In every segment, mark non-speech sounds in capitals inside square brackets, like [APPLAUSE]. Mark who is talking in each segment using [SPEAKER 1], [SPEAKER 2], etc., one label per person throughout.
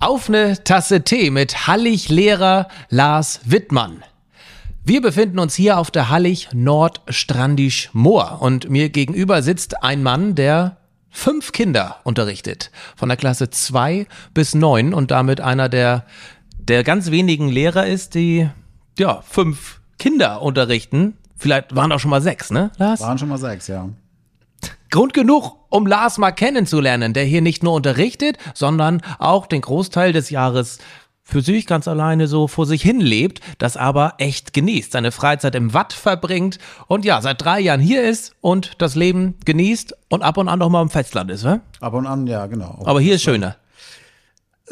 [SPEAKER 1] Auf eine Tasse Tee mit Hallig-Lehrer Lars Wittmann. Wir befinden uns hier auf der Hallig Nordstrandisch Moor und mir gegenüber sitzt ein Mann, der fünf Kinder unterrichtet, von der Klasse zwei bis neun und damit einer der, der ganz wenigen Lehrer ist, die ja, fünf Kinder unterrichten. Vielleicht waren auch schon mal sechs, ne, Lars?
[SPEAKER 2] Waren schon mal sechs, ja.
[SPEAKER 1] Grund genug, um Lars mal kennenzulernen, der hier nicht nur unterrichtet, sondern auch den Großteil des Jahres für sich ganz alleine so vor sich hin lebt, das aber echt genießt, seine Freizeit im Watt verbringt und ja, seit drei Jahren hier ist und das Leben genießt und ab und an auch mal im Festland ist, wa?
[SPEAKER 2] Ab und an, ja, genau.
[SPEAKER 1] Aber hier ist schöner.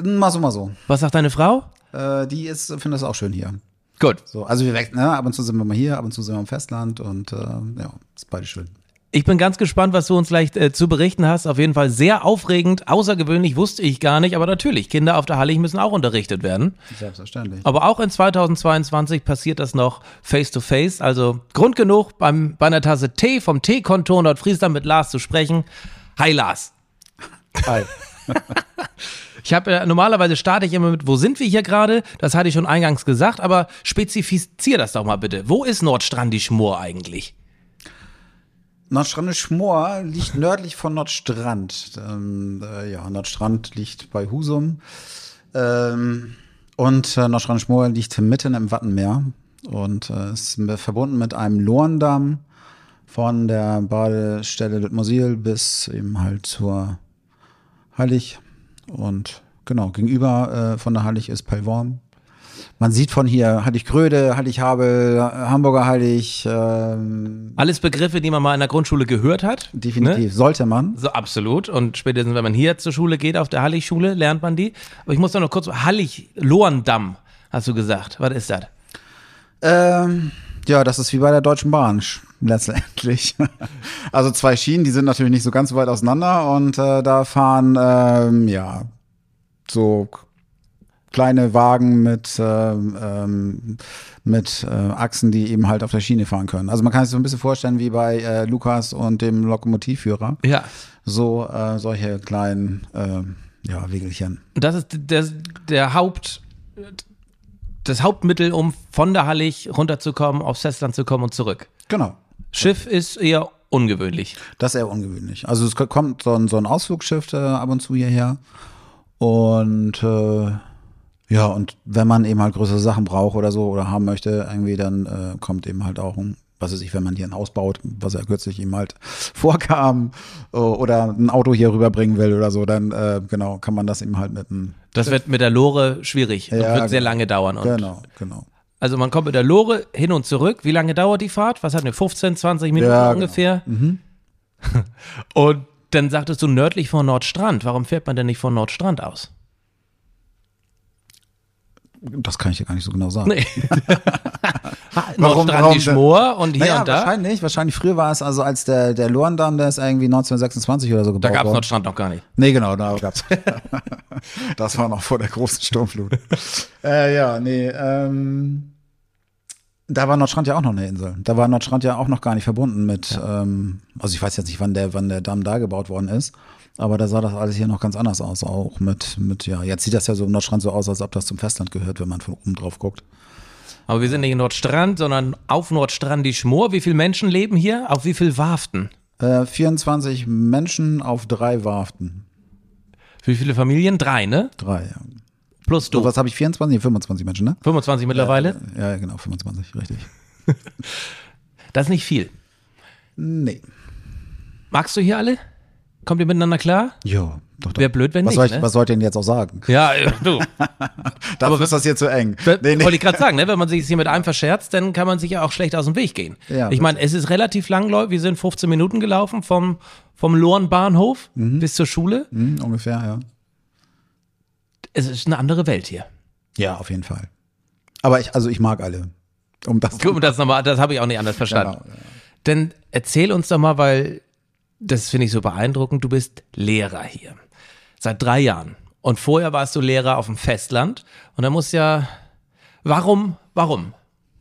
[SPEAKER 2] mal so, mal so.
[SPEAKER 1] Was sagt deine Frau?
[SPEAKER 2] Äh, die ist, findet es auch schön hier.
[SPEAKER 1] Gut.
[SPEAKER 2] So, also wir wechseln, ne? ab und zu sind wir mal hier, ab und zu sind wir im Festland und äh, ja, ist beide schön.
[SPEAKER 1] Ich bin ganz gespannt, was du uns gleich äh, zu berichten hast. Auf jeden Fall sehr aufregend, außergewöhnlich, wusste ich gar nicht. Aber natürlich, Kinder auf der Hallig müssen auch unterrichtet werden.
[SPEAKER 2] Selbstverständlich.
[SPEAKER 1] Aber auch in 2022 passiert das noch face to face. Also Grund genug, beim, bei einer Tasse Tee vom Teekontor Nordfriesland mit Lars zu sprechen. Hi Lars.
[SPEAKER 2] Hi.
[SPEAKER 1] Ich habe äh, normalerweise starte ich immer mit, wo sind wir hier gerade? Das hatte ich schon eingangs gesagt, aber spezifizier das doch mal bitte. Wo ist Nordstrandisch Moor eigentlich?
[SPEAKER 2] Nordstrandisch Moor liegt nördlich von Nordstrand. Ähm, äh, ja, Nordstrand liegt bei Husum. Ähm, und äh, Nordstrandisch Moor liegt mitten im Wattenmeer und äh, ist m- verbunden mit einem Lohrendamm von der Badestelle Lüttmosil bis eben halt zur Hallig. Und genau, gegenüber äh, von der Hallig ist Pellworm. Man sieht von hier Hallig-Gröde, Hallig-Habel, Hamburger Hallig, ähm,
[SPEAKER 1] Alles Begriffe, die man mal in der Grundschule gehört hat. ne?
[SPEAKER 2] Definitiv, sollte man.
[SPEAKER 1] So, absolut. Und spätestens, wenn man hier zur Schule geht, auf der Hallig-Schule, lernt man die. Aber ich muss doch noch kurz, Hallig-Lorendamm, hast du gesagt. Was ist das?
[SPEAKER 2] Ähm, ja, das ist wie bei der Deutschen Bahn sch- letztendlich. [LAUGHS] also zwei Schienen, die sind natürlich nicht so ganz weit auseinander und äh, da fahren ähm, ja so k- kleine Wagen mit ähm, ähm, mit äh, Achsen, die eben halt auf der Schiene fahren können. Also man kann sich so ein bisschen vorstellen wie bei äh, Lukas und dem Lokomotivführer.
[SPEAKER 1] Ja.
[SPEAKER 2] So äh, solche kleinen ähm, ja, Wegelchen.
[SPEAKER 1] Und das ist der, der Haupt, das Hauptmittel, um von der Hallig runterzukommen, aufs Festland zu kommen und zurück.
[SPEAKER 2] Genau.
[SPEAKER 1] Schiff ist eher ungewöhnlich.
[SPEAKER 2] Das ist eher ungewöhnlich. Also es ko- kommt so ein, so ein Ausflugsschiff äh, ab und zu hierher. Und äh, ja, und wenn man eben halt größere Sachen braucht oder so oder haben möchte, irgendwie, dann äh, kommt eben halt auch ein, was weiß ich, wenn man hier ein Haus baut, was ja kürzlich eben halt [LAUGHS] vorkam, äh, oder ein Auto hier rüberbringen will oder so, dann äh, genau, kann man das eben halt mit einem.
[SPEAKER 1] Das wird mit der Lore schwierig und
[SPEAKER 2] Ja,
[SPEAKER 1] wird sehr
[SPEAKER 2] genau.
[SPEAKER 1] lange dauern. Und
[SPEAKER 2] Genau, genau.
[SPEAKER 1] Also man kommt mit der Lore hin und zurück. Wie lange dauert die Fahrt? Was hat eine 15, 20 Minuten
[SPEAKER 2] Ja, genau.
[SPEAKER 1] ungefähr? [LAUGHS] Und dann sagtest du nördlich von Nordstrand. Warum fährt man denn nicht von Nordstrand aus?
[SPEAKER 2] Das kann ich dir gar nicht so genau sagen.
[SPEAKER 1] Nee. Nordstrand
[SPEAKER 2] Warum-
[SPEAKER 1] die
[SPEAKER 2] warum denn?
[SPEAKER 1] Schmor und hier
[SPEAKER 2] naja,
[SPEAKER 1] und da.
[SPEAKER 2] wahrscheinlich, wahrscheinlich früher war es, also als der, der Lohrendamm, der ist irgendwie 1926 oder so gebaut
[SPEAKER 1] Da gab es
[SPEAKER 2] worden.
[SPEAKER 1] Nordstrand noch gar nicht.
[SPEAKER 2] Nee, genau, da gab's. [LAUGHS] das war noch vor der großen Sturmflut. äh, ja, nee, ähm, da war Nordstrand ja auch noch eine Insel. Da war Nordstrand ja auch noch gar nicht verbunden mit, ähm, also ich weiß jetzt nicht, wann der, wann der Damm da gebaut worden ist, aber da sah das alles hier noch ganz anders aus, auch mit, mit, ja, jetzt sieht das ja so im Nordstrand so aus, als ob das zum Festland gehört, wenn man von oben drauf guckt.
[SPEAKER 1] Aber wir sind nicht in Nordstrand, sondern auf Nordstrand die Schmor. Wie viele Menschen leben hier? Auf wie viel Warften?
[SPEAKER 2] Äh, 24 Menschen auf drei Warften.
[SPEAKER 1] Wie viele Familien? Drei, ne?
[SPEAKER 2] Drei, ja.
[SPEAKER 1] Plus
[SPEAKER 2] So,
[SPEAKER 1] du.
[SPEAKER 2] was habe ich, 24? Nee, 25 Menschen, ne?
[SPEAKER 1] 25 mittlerweile?
[SPEAKER 2] Ja, ja, genau, 25, richtig.
[SPEAKER 1] Das ist nicht viel.
[SPEAKER 2] Nee.
[SPEAKER 1] Magst du hier alle? Kommt ihr miteinander klar?
[SPEAKER 2] Ja, Doch, doch.
[SPEAKER 1] Wäre blöd, wenn
[SPEAKER 2] was
[SPEAKER 1] nicht,
[SPEAKER 2] Soll ich,
[SPEAKER 1] ne?
[SPEAKER 2] Was soll ich denn jetzt auch sagen?
[SPEAKER 1] Ja, äh, [LAUGHS] du.
[SPEAKER 2] Dafür ist das hier zu eng. Nee,
[SPEAKER 1] Nee,
[SPEAKER 2] nee.
[SPEAKER 1] Wollte ich gerade sagen, ne? wenn man sich hier mit einem verscherzt, dann kann man sich ja auch schlecht aus dem Weg gehen.
[SPEAKER 2] Ja,
[SPEAKER 1] ich meine, es ist relativ langläufig. Wir sind 15 Minuten gelaufen vom, vom Lohren-Bahnhof
[SPEAKER 2] Mhm.
[SPEAKER 1] bis zur Schule.
[SPEAKER 2] Hm, ungefähr, ja.
[SPEAKER 1] Es ist eine andere Welt hier.
[SPEAKER 2] Ja, auf jeden Fall. Aber ich, also ich mag alle. Um das
[SPEAKER 1] Gut, das, nochmal- das habe ich auch nicht anders verstanden.
[SPEAKER 2] [LAUGHS] Genau,
[SPEAKER 1] Dann erzähl uns doch mal, weil das finde ich so beeindruckend. Du bist Lehrer hier. Seit drei Jahren. Und vorher warst du Lehrer auf dem Festland. Und da muss ja, warum, warum?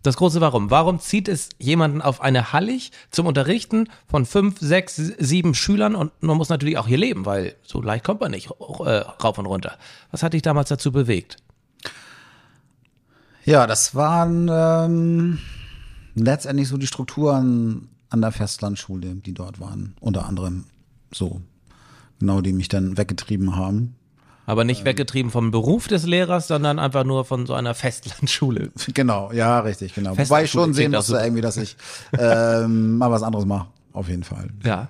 [SPEAKER 1] Das große Warum. Warum zieht es jemanden auf eine Hallig zum Unterrichten von fünf, sechs, sieben Schülern? Und man muss natürlich auch hier leben, weil so leicht kommt man nicht äh, rauf und runter. Was hat dich damals dazu bewegt?
[SPEAKER 2] Ja, das waren ähm, letztendlich so die Strukturen an der Festlandschule, die dort waren. Unter anderem so. Genau, die mich dann weggetrieben haben. [LAUGHS]
[SPEAKER 1] Aber nicht weggetrieben vom Beruf des Lehrers, sondern einfach nur von so einer Festlandschule.
[SPEAKER 2] Genau, ja, richtig, genau.
[SPEAKER 1] Festlandschule
[SPEAKER 2] Wobei ich schon sehen
[SPEAKER 1] klingt auch
[SPEAKER 2] musste
[SPEAKER 1] super.
[SPEAKER 2] irgendwie, dass ich ähm, [LAUGHS] mal was anderes mache. Auf jeden Fall.
[SPEAKER 1] Ja.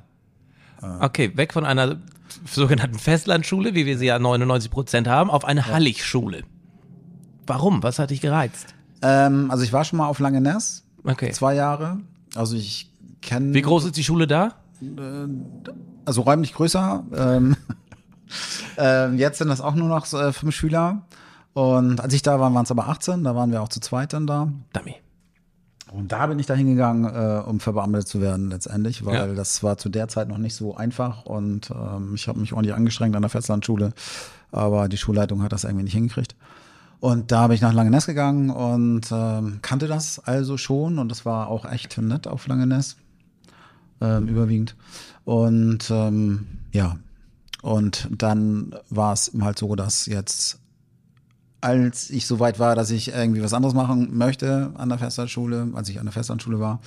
[SPEAKER 2] Ah.
[SPEAKER 1] Okay, weg von einer sogenannten Festlandschule, wie wir sie ja 99 Prozent haben, auf eine Halligschule. Warum? Was hat dich gereizt?
[SPEAKER 2] Ähm, also ich war schon mal auf Langeness,
[SPEAKER 1] Okay.
[SPEAKER 2] zwei Jahre. Also ich kenne.
[SPEAKER 1] Wie groß ist die Schule da?
[SPEAKER 2] also räumlich größer.
[SPEAKER 1] [LAUGHS]
[SPEAKER 2] Ähm, ähm, jetzt sind das auch nur noch so, äh, fünf Schüler. Und als ich da war, waren es aber 18, da waren wir auch zu zweit dann da.
[SPEAKER 1] Dummy.
[SPEAKER 2] Und da bin ich da hingegangen, äh, um verbeamtet zu werden letztendlich, weil
[SPEAKER 1] Ja.
[SPEAKER 2] das war zu der Zeit noch nicht so einfach und ähm, ich habe mich ordentlich angestrengt an der Festlandschule, aber die Schulleitung hat das irgendwie nicht hingekriegt. Und da bin ich nach Langeness gegangen und ähm, kannte das also schon und das war auch echt nett auf Langeness, ähm, überwiegend. Und ähm, ja, und dann war es eben halt so, dass jetzt als ich so weit war, dass ich irgendwie was anderes machen möchte an der Festanschule, als ich an der Festanschule war,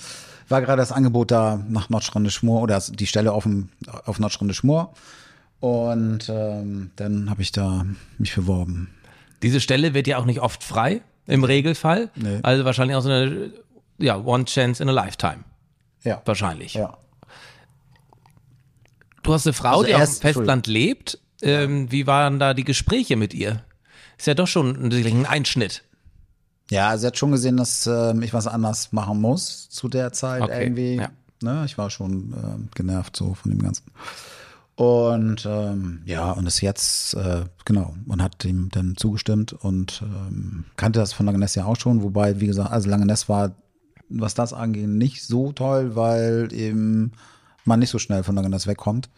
[SPEAKER 2] war gerade das Angebot da nach Nordschrande-Schmor oder die Stelle offen auf Nordschrande-Schmor. Und ähm, dann habe ich da mich beworben.
[SPEAKER 1] Diese Stelle wird ja auch nicht oft frei, im Regelfall.
[SPEAKER 2] Nee.
[SPEAKER 1] Also wahrscheinlich auch so eine, ja, one chance in a lifetime.
[SPEAKER 2] Ja.
[SPEAKER 1] Wahrscheinlich.
[SPEAKER 2] Ja.
[SPEAKER 1] Du hast eine Frau,
[SPEAKER 2] Also
[SPEAKER 1] die auf dem
[SPEAKER 2] erst-
[SPEAKER 1] Festland lebt. Ähm, wie waren da die Gespräche mit ihr? Ist ja doch schon ein- ein Einschnitt.
[SPEAKER 2] Ja, sie hat schon gesehen, dass ähm, ich was anders machen muss zu der Zeit
[SPEAKER 1] Okay,
[SPEAKER 2] irgendwie.
[SPEAKER 1] ja.
[SPEAKER 2] Ne, ich war schon ähm, genervt so von dem Ganzen. Und ähm, ja, und ist jetzt, äh, genau, und hat ihm dann zugestimmt und ähm, kannte das von Langeness ja auch schon, wobei, wie gesagt, also Langeness war, was das angeht, nicht so toll, weil eben man nicht so schnell von Langeness wegkommt.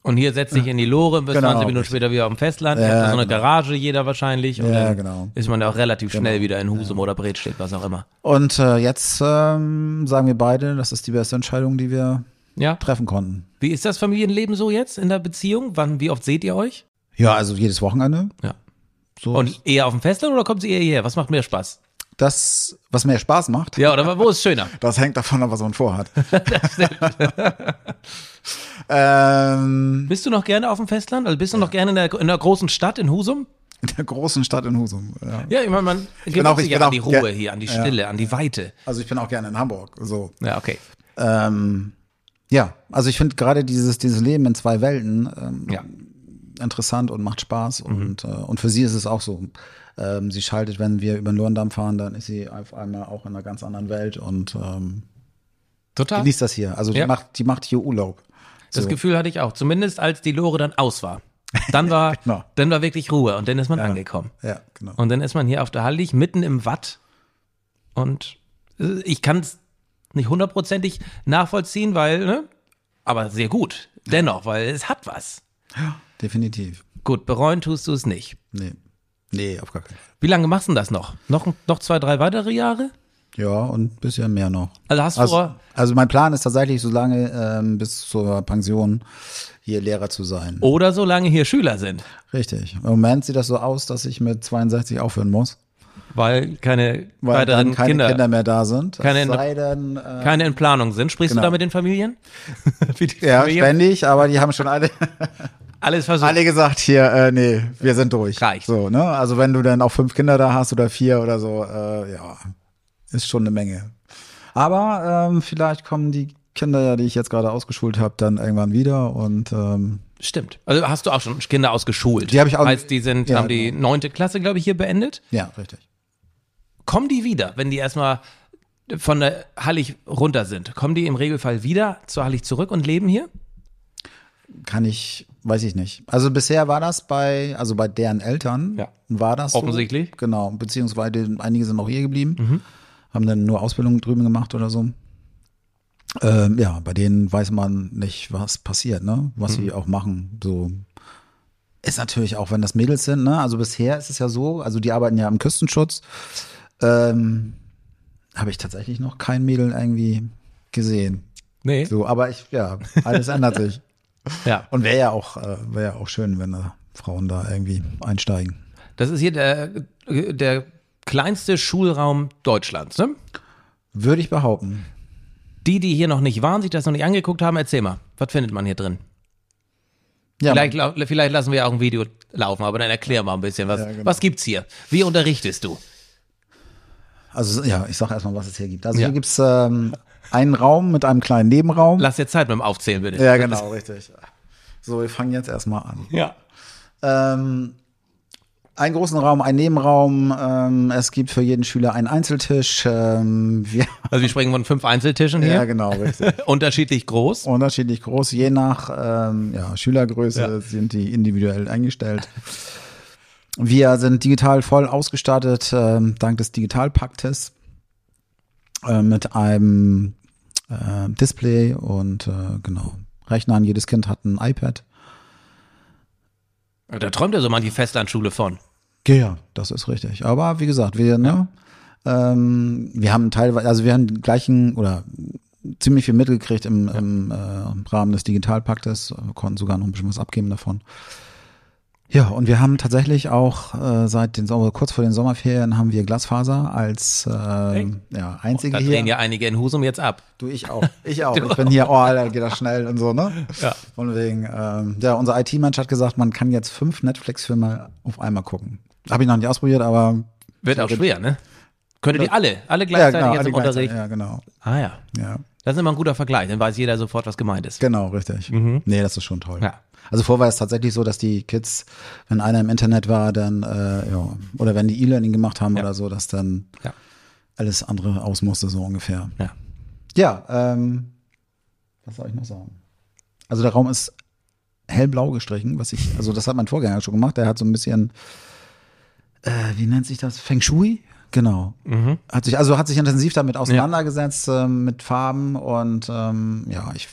[SPEAKER 1] Und hier setzt dich in die Lore, bis
[SPEAKER 2] Genau.
[SPEAKER 1] 20 Minuten später wieder auf dem Festland. Ihr habt da so eine Garage, jeder wahrscheinlich. Und
[SPEAKER 2] Ja,
[SPEAKER 1] dann
[SPEAKER 2] genau.
[SPEAKER 1] ist man ja auch relativ schnell wieder in Husum oder Bredstedt, was auch immer.
[SPEAKER 2] Und äh, jetzt ähm, sagen wir beide, das ist die beste Entscheidung, die wir
[SPEAKER 1] Ja.
[SPEAKER 2] treffen konnten.
[SPEAKER 1] Wie ist das Familienleben so jetzt in der Beziehung? Wann, wie oft seht ihr euch?
[SPEAKER 2] Ja, also jedes Wochenende.
[SPEAKER 1] Ja.
[SPEAKER 2] So
[SPEAKER 1] Und eher auf dem Festland oder kommt sie eher hierher? Was macht mehr Spaß?
[SPEAKER 2] das, was mehr Spaß macht,
[SPEAKER 1] Ja, oder wo ist
[SPEAKER 2] [LAUGHS]
[SPEAKER 1] schöner?
[SPEAKER 2] das hängt davon ab, was man vorhat. [LAUGHS] ähm,
[SPEAKER 1] Bist du noch gerne auf dem Festland? Also bist du noch gerne in der, in der großen Stadt in Husum?
[SPEAKER 2] in der großen Stadt in Husum. Ja.
[SPEAKER 1] Ja, ich meine, man
[SPEAKER 2] bin
[SPEAKER 1] gewöhnt
[SPEAKER 2] auch-
[SPEAKER 1] sich
[SPEAKER 2] ich
[SPEAKER 1] ja
[SPEAKER 2] bin
[SPEAKER 1] an die
[SPEAKER 2] auch-
[SPEAKER 1] Ruhe
[SPEAKER 2] ja.
[SPEAKER 1] hier, an die Stille, an die Weite.
[SPEAKER 2] Also ich bin auch gerne in Hamburg. So.
[SPEAKER 1] Ja, okay.
[SPEAKER 2] Ähm, ja, also ich finde gerade dieses, dieses Leben in zwei Welten ähm,
[SPEAKER 1] Ja.
[SPEAKER 2] interessant und macht Spaß. Und, äh, und für sie ist es auch so. Ähm, sie schaltet, wenn wir über den Lorndamm fahren, dann ist sie auf einmal auch in einer ganz anderen Welt und ähm,
[SPEAKER 1] Total.
[SPEAKER 2] genießt das hier. Also die,
[SPEAKER 1] Ja.
[SPEAKER 2] macht, die macht hier Urlaub.
[SPEAKER 1] Das
[SPEAKER 2] So.
[SPEAKER 1] Gefühl hatte ich auch, zumindest als die Lore dann aus war. Dann war,
[SPEAKER 2] [LAUGHS] Genau.
[SPEAKER 1] dann war wirklich Ruhe und dann ist man angekommen.
[SPEAKER 2] Ja, genau.
[SPEAKER 1] Und dann ist man hier auf der Hallig mitten im Watt und äh, ich kann es nicht hundertprozentig nachvollziehen, weil, ne? aber sehr gut. Dennoch, weil es hat was.
[SPEAKER 2] Definitiv.
[SPEAKER 1] Gut, bereuen tust du es nicht.
[SPEAKER 2] Nee. Nee, auf gar keinen Fall.
[SPEAKER 1] Wie lange machst du denn das noch? noch? Noch zwei, drei weitere Jahre?
[SPEAKER 2] Ja, und ein bisschen mehr noch.
[SPEAKER 1] Also hast du
[SPEAKER 2] Also,
[SPEAKER 1] vor-
[SPEAKER 2] also mein Plan ist tatsächlich, so lange ähm, bis zur Pension hier Lehrer zu sein.
[SPEAKER 1] Oder solange hier Schüler sind,
[SPEAKER 2] Richtig. Im Moment sieht das so aus, dass ich mit 62 aufhören muss,
[SPEAKER 1] weil keine
[SPEAKER 2] weil
[SPEAKER 1] weiteren
[SPEAKER 2] dann keine Kinder,
[SPEAKER 1] Kinder,
[SPEAKER 2] mehr da sind. Es
[SPEAKER 1] Keine-
[SPEAKER 2] sei denn, äh,
[SPEAKER 1] keine in Planung sind. Sprichst du
[SPEAKER 2] Genau.
[SPEAKER 1] da mit den Familien?
[SPEAKER 2] [LAUGHS]
[SPEAKER 1] Wie die
[SPEAKER 2] ja,
[SPEAKER 1] Familien-
[SPEAKER 2] ständig, aber die haben schon alle, [LAUGHS]
[SPEAKER 1] Alles versucht.
[SPEAKER 2] alle gesagt, hier, äh, nee, wir sind durch.
[SPEAKER 1] Reicht.
[SPEAKER 2] So, ne? Also wenn du dann auch fünf Kinder da hast oder vier oder so, äh, ja, ist schon eine Menge. Aber ähm, vielleicht kommen die Kinder, ja, die ich jetzt gerade ausgeschult habe, dann irgendwann wieder und ähm,
[SPEAKER 1] Stimmt. Also hast du auch schon Kinder ausgeschult.
[SPEAKER 2] Die habe ich auch-
[SPEAKER 1] Als die sind,
[SPEAKER 2] Ja, genau.
[SPEAKER 1] haben die neunte Klasse, glaube ich, hier beendet.
[SPEAKER 2] Ja, richtig.
[SPEAKER 1] Kommen die wieder, wenn die erstmal von der Hallig runter sind? Kommen die im Regelfall wieder zur Hallig zurück und leben hier?
[SPEAKER 2] Kann ich, weiß ich nicht. Also bisher war das bei, also bei deren Eltern
[SPEAKER 1] Ja.
[SPEAKER 2] war das
[SPEAKER 1] Offensichtlich. Mhm.
[SPEAKER 2] So, genau, beziehungsweise einige sind auch hier geblieben, haben dann nur Ausbildung drüben gemacht oder so. Ähm, ja, bei denen weiß man nicht, was passiert, ne? Was
[SPEAKER 1] Mhm.
[SPEAKER 2] sie auch machen. So ist natürlich auch, wenn das Mädels sind, ne? Also bisher ist es ja so, also die arbeiten ja am Küstenschutz. Ähm, habe ich tatsächlich noch kein Mädel irgendwie gesehen.
[SPEAKER 1] Nee.
[SPEAKER 2] So, aber ich, ja, alles ändert sich.
[SPEAKER 1] Ja.
[SPEAKER 2] Und wäre ja auch, äh, wäre ja auch schön, wenn da Frauen da irgendwie einsteigen.
[SPEAKER 1] Das ist hier der, der kleinste Schulraum Deutschlands, ne?
[SPEAKER 2] Würde ich behaupten.
[SPEAKER 1] Die, die hier noch nicht waren, sich das noch nicht angeguckt haben, erzähl mal, was findet man hier drin?
[SPEAKER 2] Ja,
[SPEAKER 1] Vielleicht, lau- vielleicht lassen wir auch ein Video laufen, aber dann erklär mal ein bisschen, was,
[SPEAKER 2] Ja, genau.
[SPEAKER 1] was gibt's hier? Wie unterrichtest du?
[SPEAKER 2] also ja, ich sage erstmal, was es hier gibt. Also
[SPEAKER 1] Ja.
[SPEAKER 2] hier gibt es ähm, einen Raum mit einem kleinen Nebenraum.
[SPEAKER 1] Lass dir Zeit beim Aufzählen, bitte.
[SPEAKER 2] ja, genau, richtig. So, wir fangen jetzt erstmal an.
[SPEAKER 1] Ja.
[SPEAKER 2] Ähm, einen großen Raum, einen Nebenraum. Ähm, es gibt für jeden Schüler einen Einzeltisch. Ähm, wir,
[SPEAKER 1] Also wir sprechen von fünf Einzeltischen
[SPEAKER 2] ja,
[SPEAKER 1] hier,
[SPEAKER 2] genau, richtig.
[SPEAKER 1] unterschiedlich groß.
[SPEAKER 2] Unterschiedlich groß, je nach ähm, ja, Schülergröße sind die individuell eingestellt. Wir sind digital voll ausgestattet, ähm, dank des Digitalpaktes, äh, mit einem äh, Display und äh, genau, Rechnern. Jedes Kind hat ein iPad.
[SPEAKER 1] Da träumt ja so manche Festlandschule von.
[SPEAKER 2] Ja, ja, das ist richtig. Aber wie gesagt, wir, ne, ähm, wir haben teilweise, also wir haben den gleichen oder ziemlich viel Mittel gekriegt im, im äh, Rahmen des Digitalpaktes, äh, konnten sogar noch ein bisschen was abgeben davon. Ja, und wir haben tatsächlich auch äh, seit den Sommer, kurz vor den Sommerferien haben wir Glasfaser als äh, ja, einzige
[SPEAKER 1] Da
[SPEAKER 2] hier.
[SPEAKER 1] drehen ja einige in Husum jetzt ab.
[SPEAKER 2] Du, ich auch. Ich
[SPEAKER 1] [LAUGHS]
[SPEAKER 2] auch. Ich bin hier, oh, Alter, geht das schnell und so, ne?
[SPEAKER 1] Ja.
[SPEAKER 2] Von wegen, ähm, ja, unser IT-Mensch hat gesagt, man kann jetzt fünf Netflix-Filme auf einmal gucken. Habe ich noch nicht ausprobiert, aber.
[SPEAKER 1] Wird auch schwer, ne? Könnte die alle, alle
[SPEAKER 2] genau. Ja,
[SPEAKER 1] gleichzeitig
[SPEAKER 2] genau.
[SPEAKER 1] jetzt
[SPEAKER 2] alle
[SPEAKER 1] im Unterricht.
[SPEAKER 2] gleichzeitig, Ja, genau.
[SPEAKER 1] Ah ja.
[SPEAKER 2] Ja,
[SPEAKER 1] Das ist immer ein guter Vergleich, dann weiß jeder sofort, was gemeint ist. Mhm.
[SPEAKER 2] genau, richtig. Nee, das ist schon toll.
[SPEAKER 1] Ja.
[SPEAKER 2] Also vorher war es tatsächlich so, dass die Kids, wenn einer im Internet war, dann, äh, ja, oder wenn die E-Learning gemacht haben oder so, dass dann
[SPEAKER 1] Ja.
[SPEAKER 2] alles andere aus musste, so ungefähr.
[SPEAKER 1] Ja.
[SPEAKER 2] Ja, ähm, was soll ich noch sagen? Also der Raum ist hellblau gestrichen, was ich, also das hat mein Vorgänger schon gemacht, der hat so ein bisschen, äh, wie nennt sich das? Feng Shui? Genau.
[SPEAKER 1] Mhm.
[SPEAKER 2] Hat sich, also hat sich intensiv damit auseinandergesetzt, ähm, mit Farben und ähm, ja, ich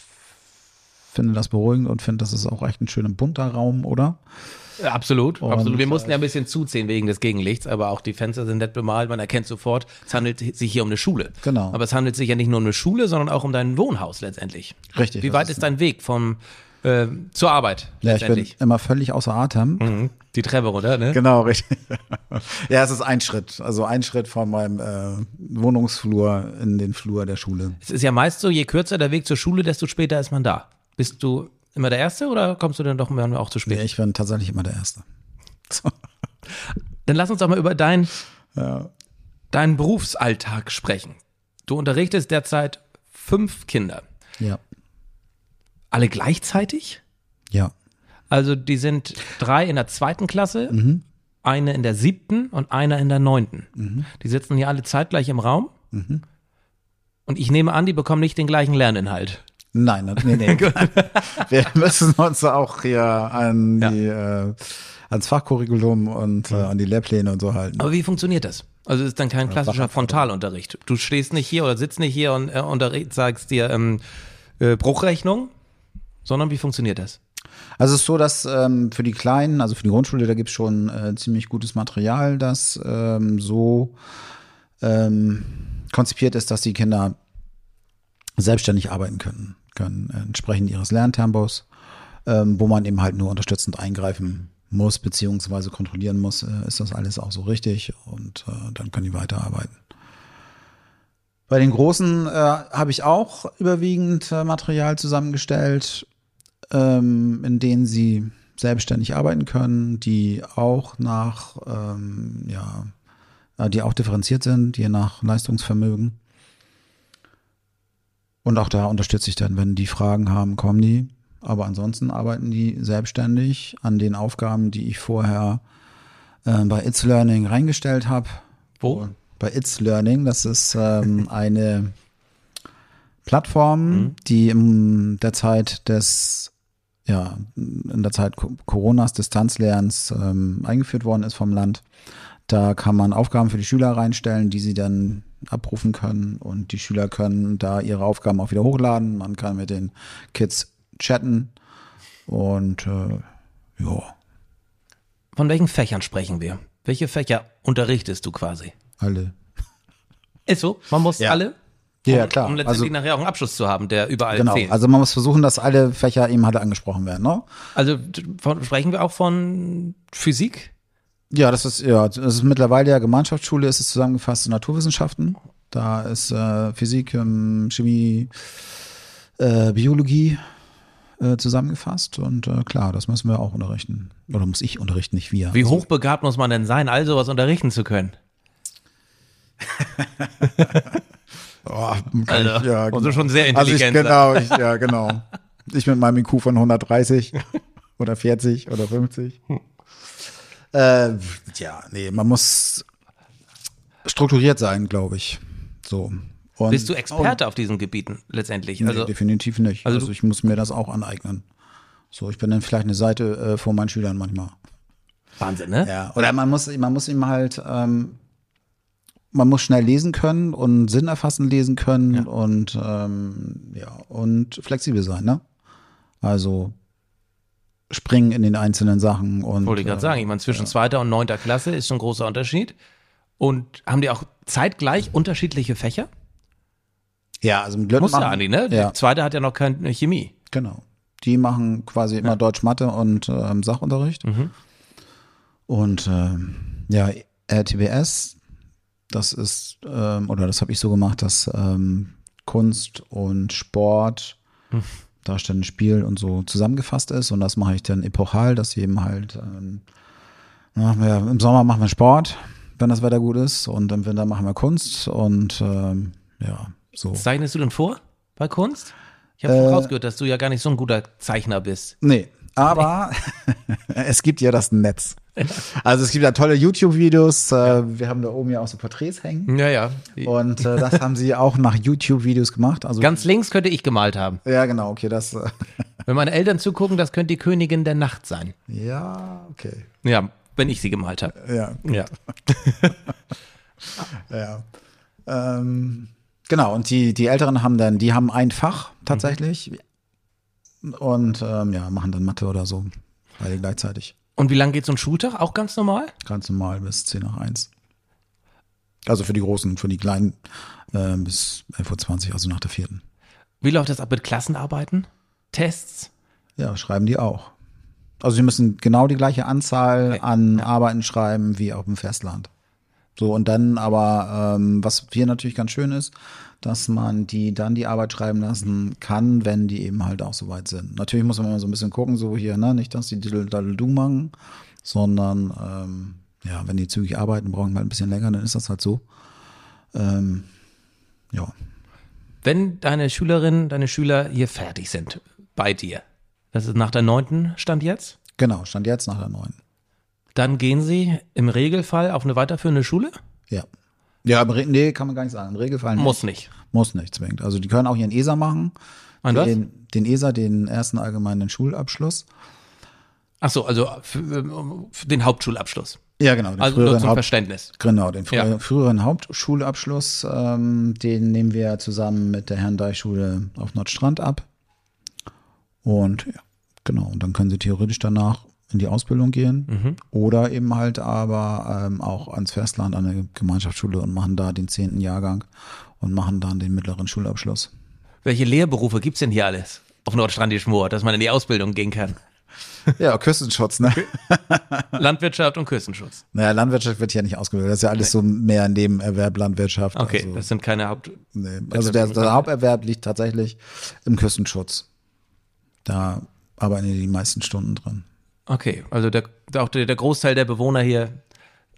[SPEAKER 2] finde das beruhigend und finde, das ist auch echt ein schöner bunter Raum, oder?
[SPEAKER 1] Ja, Absolut,
[SPEAKER 2] Und,
[SPEAKER 1] absolut. Wir mussten ja ein bisschen zuziehen wegen des Gegenlichts, aber auch die Fenster sind nett bemalt. Man erkennt sofort, es handelt sich hier um eine Schule.
[SPEAKER 2] Genau.
[SPEAKER 1] Aber es handelt sich ja nicht nur um eine Schule, sondern auch um dein Wohnhaus letztendlich.
[SPEAKER 2] Richtig,
[SPEAKER 1] Wie
[SPEAKER 2] das
[SPEAKER 1] weit
[SPEAKER 2] ist-
[SPEAKER 1] ist dein Weg vom äh, zur Arbeit
[SPEAKER 2] Ja, ich bin
[SPEAKER 1] letztendlich?
[SPEAKER 2] immer völlig außer Atem.
[SPEAKER 1] Mhm. Die Treppe runter, ne?
[SPEAKER 2] Genau, richtig. [LAUGHS] ja, es ist ein Schritt. Also ein Schritt von meinem äh, Wohnungsflur in den Flur der Schule.
[SPEAKER 1] Es ist ja meist so, je kürzer der Weg zur Schule, desto später ist man da. Bist du immer der Erste oder kommst du dann doch manchmal auch zu spät?
[SPEAKER 2] Nee, ich bin tatsächlich immer der Erste.
[SPEAKER 1] Dann lass uns doch mal über dein, deinen Berufsalltag sprechen. Du unterrichtest derzeit fünf Kinder.
[SPEAKER 2] Ja.
[SPEAKER 1] Alle gleichzeitig?
[SPEAKER 2] Ja.
[SPEAKER 1] Also die sind drei in der zweiten Klasse,
[SPEAKER 2] Mhm.
[SPEAKER 1] eine in der siebten und einer in der neunten.
[SPEAKER 2] Mhm.
[SPEAKER 1] Die sitzen hier alle zeitgleich im Raum. Und ich nehme an, die bekommen nicht den gleichen Lerninhalt.
[SPEAKER 2] Nein, ne,
[SPEAKER 1] [LAUGHS]
[SPEAKER 2] nee, nee. Wir müssen uns auch hier an
[SPEAKER 1] Ja. Mhm.
[SPEAKER 2] die, äh, ans Fachcurriculum und äh, an die Lehrpläne und so halten.
[SPEAKER 1] Aber wie funktioniert das? Also es ist dann kein klassischer Frontalunterricht. Du stehst nicht hier oder sitzt nicht hier und äh, unterricht, sagst dir ähm, äh, Bruchrechnung, sondern wie funktioniert das?
[SPEAKER 2] Also es ist so, dass ähm, für die Kleinen, also für die Grundschule, da gibt es schon äh, ziemlich gutes Material, das ähm, so ähm, konzipiert ist, dass die Kinder selbstständig arbeiten können, können entsprechend ihres Lerntempos, ähm, wo man eben halt nur unterstützend eingreifen muss, beziehungsweise kontrollieren muss, äh, ist das alles auch so richtig und äh, dann können die weiterarbeiten. Bei den Großen äh, habe ich auch überwiegend äh, Material zusammengestellt, ähm, in denen sie selbstständig arbeiten können, die auch nach, ähm, ja, äh, die auch differenziert sind, je nach Leistungsvermögen. Und auch da unterstütze ich dann, wenn die Fragen haben, kommen die. Aber ansonsten arbeiten die selbstständig an den Aufgaben, die ich vorher äh, bei It's Learning reingestellt habe.
[SPEAKER 1] Wo?
[SPEAKER 2] Bei It's Learning, das ist ähm, eine Plattform, die in der Zeit des ja, in der Zeit Co- Coronas Distanzlernens ähm, eingeführt worden ist vom Land. Da kann man Aufgaben für die Schüler reinstellen, die sie dann abrufen können und die Schüler können da ihre Aufgaben auch wieder hochladen. Man kann mit den Kids chatten und äh, ja,
[SPEAKER 1] Von welchen Fächern sprechen wir? Welche Fächer unterrichtest du quasi?
[SPEAKER 2] alle.
[SPEAKER 1] Ist so, man muss
[SPEAKER 2] Ja.
[SPEAKER 1] alle,
[SPEAKER 2] Ja,
[SPEAKER 1] um,
[SPEAKER 2] klar.
[SPEAKER 1] um letztendlich
[SPEAKER 2] also,
[SPEAKER 1] nachher auch einen Abschluss zu haben, der überall
[SPEAKER 2] genau.
[SPEAKER 1] zählt.
[SPEAKER 2] Also man muss versuchen, dass alle Fächer eben halt angesprochen werden. Ne?
[SPEAKER 1] Also d- von, sprechen wir auch von Physik?
[SPEAKER 2] Ja, das ist ja, das ist mittlerweile ja Gemeinschaftsschule, ist es zusammengefasst in Naturwissenschaften. Da ist äh, Physik, ähm, Chemie, äh, Biologie äh, zusammengefasst und äh, klar, das müssen wir auch unterrichten. Oder muss ich unterrichten, nicht wir. Also
[SPEAKER 1] Wie hochbegabt muss man denn sein, all sowas unterrichten zu können?
[SPEAKER 2] Oh,
[SPEAKER 1] Also,
[SPEAKER 2] ja,
[SPEAKER 1] muss schon sehr
[SPEAKER 2] Also ich,
[SPEAKER 1] intelligent sein.
[SPEAKER 2] genau, ich, ja, genau. Ich mit meinem IQ
[SPEAKER 1] [LAUGHS]
[SPEAKER 2] von 130 oder 40 oder 50. Äh, ja, nee, man muss strukturiert sein, glaube ich. So. Und-
[SPEAKER 1] Bist du Experte auf diesen Gebieten letztendlich?
[SPEAKER 2] Nee,
[SPEAKER 1] Also
[SPEAKER 2] definitiv nicht.
[SPEAKER 1] also
[SPEAKER 2] Also,
[SPEAKER 1] du-
[SPEAKER 2] ich muss mir das auch aneignen. So, ich bin dann vielleicht eine Seite äh, vor meinen Schülern manchmal.
[SPEAKER 1] Wahnsinn, ne?
[SPEAKER 2] Ja, oder man muss, man muss ihm halt, ähm, man muss schnell lesen können und Sinn erfassen lesen können und ähm, ja, und flexibel sein, ne? Also springen in den einzelnen Sachen und äh,
[SPEAKER 1] Wollte ich gerade sagen. Ich meine, zwischen zweiter und neunter Klasse ist schon ein großer Unterschied. Und haben die auch zeitgleich unterschiedliche Fächer?
[SPEAKER 2] ja, also mit Leuten
[SPEAKER 1] Muss ja
[SPEAKER 2] machen-
[SPEAKER 1] Andi, ne?
[SPEAKER 2] Ja,
[SPEAKER 1] Die zweite hat ja noch keine Chemie.
[SPEAKER 2] genau. Die machen quasi immer Deutsch, Mathe und ähm, Sachunterricht. Und ähm, ja, RTBS, das ist, ähm, oder das habe ich so gemacht, dass ähm, Kunst und Sport, Darstellen, Spiel und so zusammengefasst ist. Und das mache ich dann epochal, dass eben halt, ähm, machen wir, im Sommer machen wir Sport, wenn das Wetter gut ist. Und im Winter machen wir Kunst und ähm, ja, so.
[SPEAKER 1] Zeichnest du denn vor bei Kunst? Ich
[SPEAKER 2] Äh,
[SPEAKER 1] habe schon rausgehört, dass du ja gar nicht so ein guter Zeichner bist.
[SPEAKER 2] Nee, aber [LAUGHS] es gibt ja das Netz. Also es gibt ja tolle YouTube-Videos. Äh, wir haben da oben ja auch so Porträts hängen.
[SPEAKER 1] Ja, ja.
[SPEAKER 2] Und [LAUGHS] äh, das haben sie auch nach YouTube-Videos gemacht. Also
[SPEAKER 1] Ganz links könnte ich gemalt haben.
[SPEAKER 2] ja, genau, okay, das [LAUGHS] äh,
[SPEAKER 1] Wenn meine Eltern zugucken, das könnte die Königin der Nacht sein.
[SPEAKER 2] ja, okay,
[SPEAKER 1] Ja, wenn ich sie gemalt habe.
[SPEAKER 2] ja,
[SPEAKER 1] Ja.
[SPEAKER 2] ja. Ähm, genau. Und die die Älteren haben dann, die haben ein Fach tatsächlich und ähm, ja machen dann Mathe oder so beide gleichzeitig.
[SPEAKER 1] Und wie lange geht so ein Schultag? Auch ganz normal?
[SPEAKER 2] Ganz normal bis 10 nach 1. Also für die Großen, für die Kleinen ähm, bis 11.20 Uhr, also nach der vierten.
[SPEAKER 1] Wie läuft das ab mit Klassenarbeiten? Tests?
[SPEAKER 2] Ja, schreiben die auch. Also sie müssen genau die gleiche Anzahl an Arbeiten schreiben wie auf dem Festland. So, und dann aber, ähm, was hier natürlich ganz schön ist, dass man die dann die Arbeit schreiben lassen kann, wenn die eben halt auch soweit sind. Natürlich muss man mal so ein bisschen gucken, so hier, ne, nicht, dass die Diddle-Daddle-Du machen, sondern ähm, ja, wenn die zügig arbeiten, brauchen wir ein bisschen länger, dann ist das halt so. Ähm, ja.
[SPEAKER 1] Wenn deine Schülerinnen, deine Schüler hier fertig sind, bei dir, das ist nach der neunten Stand jetzt,
[SPEAKER 2] Genau, stand jetzt nach der neuen.
[SPEAKER 1] dann gehen sie im Regelfall auf eine weiterführende Schule?
[SPEAKER 2] Ja. Ja, aber re- nee, kann man gar nicht sagen. Im Regelfall
[SPEAKER 1] Muss nicht.
[SPEAKER 2] Muss nicht zwingend. Also die können auch ihren ESA machen.
[SPEAKER 1] Ein was?
[SPEAKER 2] den, den ESA, den ersten allgemeinen Schulabschluss.
[SPEAKER 1] Ach so, also für, für den Hauptschulabschluss.
[SPEAKER 2] Ja, genau. Den
[SPEAKER 1] Also nur zum Verständnis.
[SPEAKER 2] genau, den frü
[SPEAKER 1] Ja.
[SPEAKER 2] früheren Hauptschulabschluss, ähm, den nehmen wir zusammen mit der Herrendeich-Schule auf Nordstrand ab. Und ja, genau, und dann können sie theoretisch danach in die Ausbildung gehen
[SPEAKER 1] Mhm.
[SPEAKER 2] oder eben halt aber ähm, auch ans Festland an eine Gemeinschaftsschule und machen da den zehnten Jahrgang und machen dann den mittleren Schulabschluss.
[SPEAKER 1] Welche Lehrberufe gibt's denn hier alles? Auf Nordstrandisch Moor, dass man in die Ausbildung gehen kann.
[SPEAKER 2] Ja, Küstenschutz, ne?
[SPEAKER 1] Landwirtschaft und Küstenschutz.
[SPEAKER 2] Naja, Landwirtschaft wird ja nicht ausgebildet. Das ist ja alles so mehr Nebenerwerb Landwirtschaft.
[SPEAKER 1] Okay,
[SPEAKER 2] Also,
[SPEAKER 1] das sind keine Haupt.
[SPEAKER 2] nee. also der, der Haupterwerb liegt tatsächlich im Küstenschutz. Da arbeiten die die meisten Stunden dran.
[SPEAKER 1] Okay, also der, der- auch der, der Großteil der Bewohner hier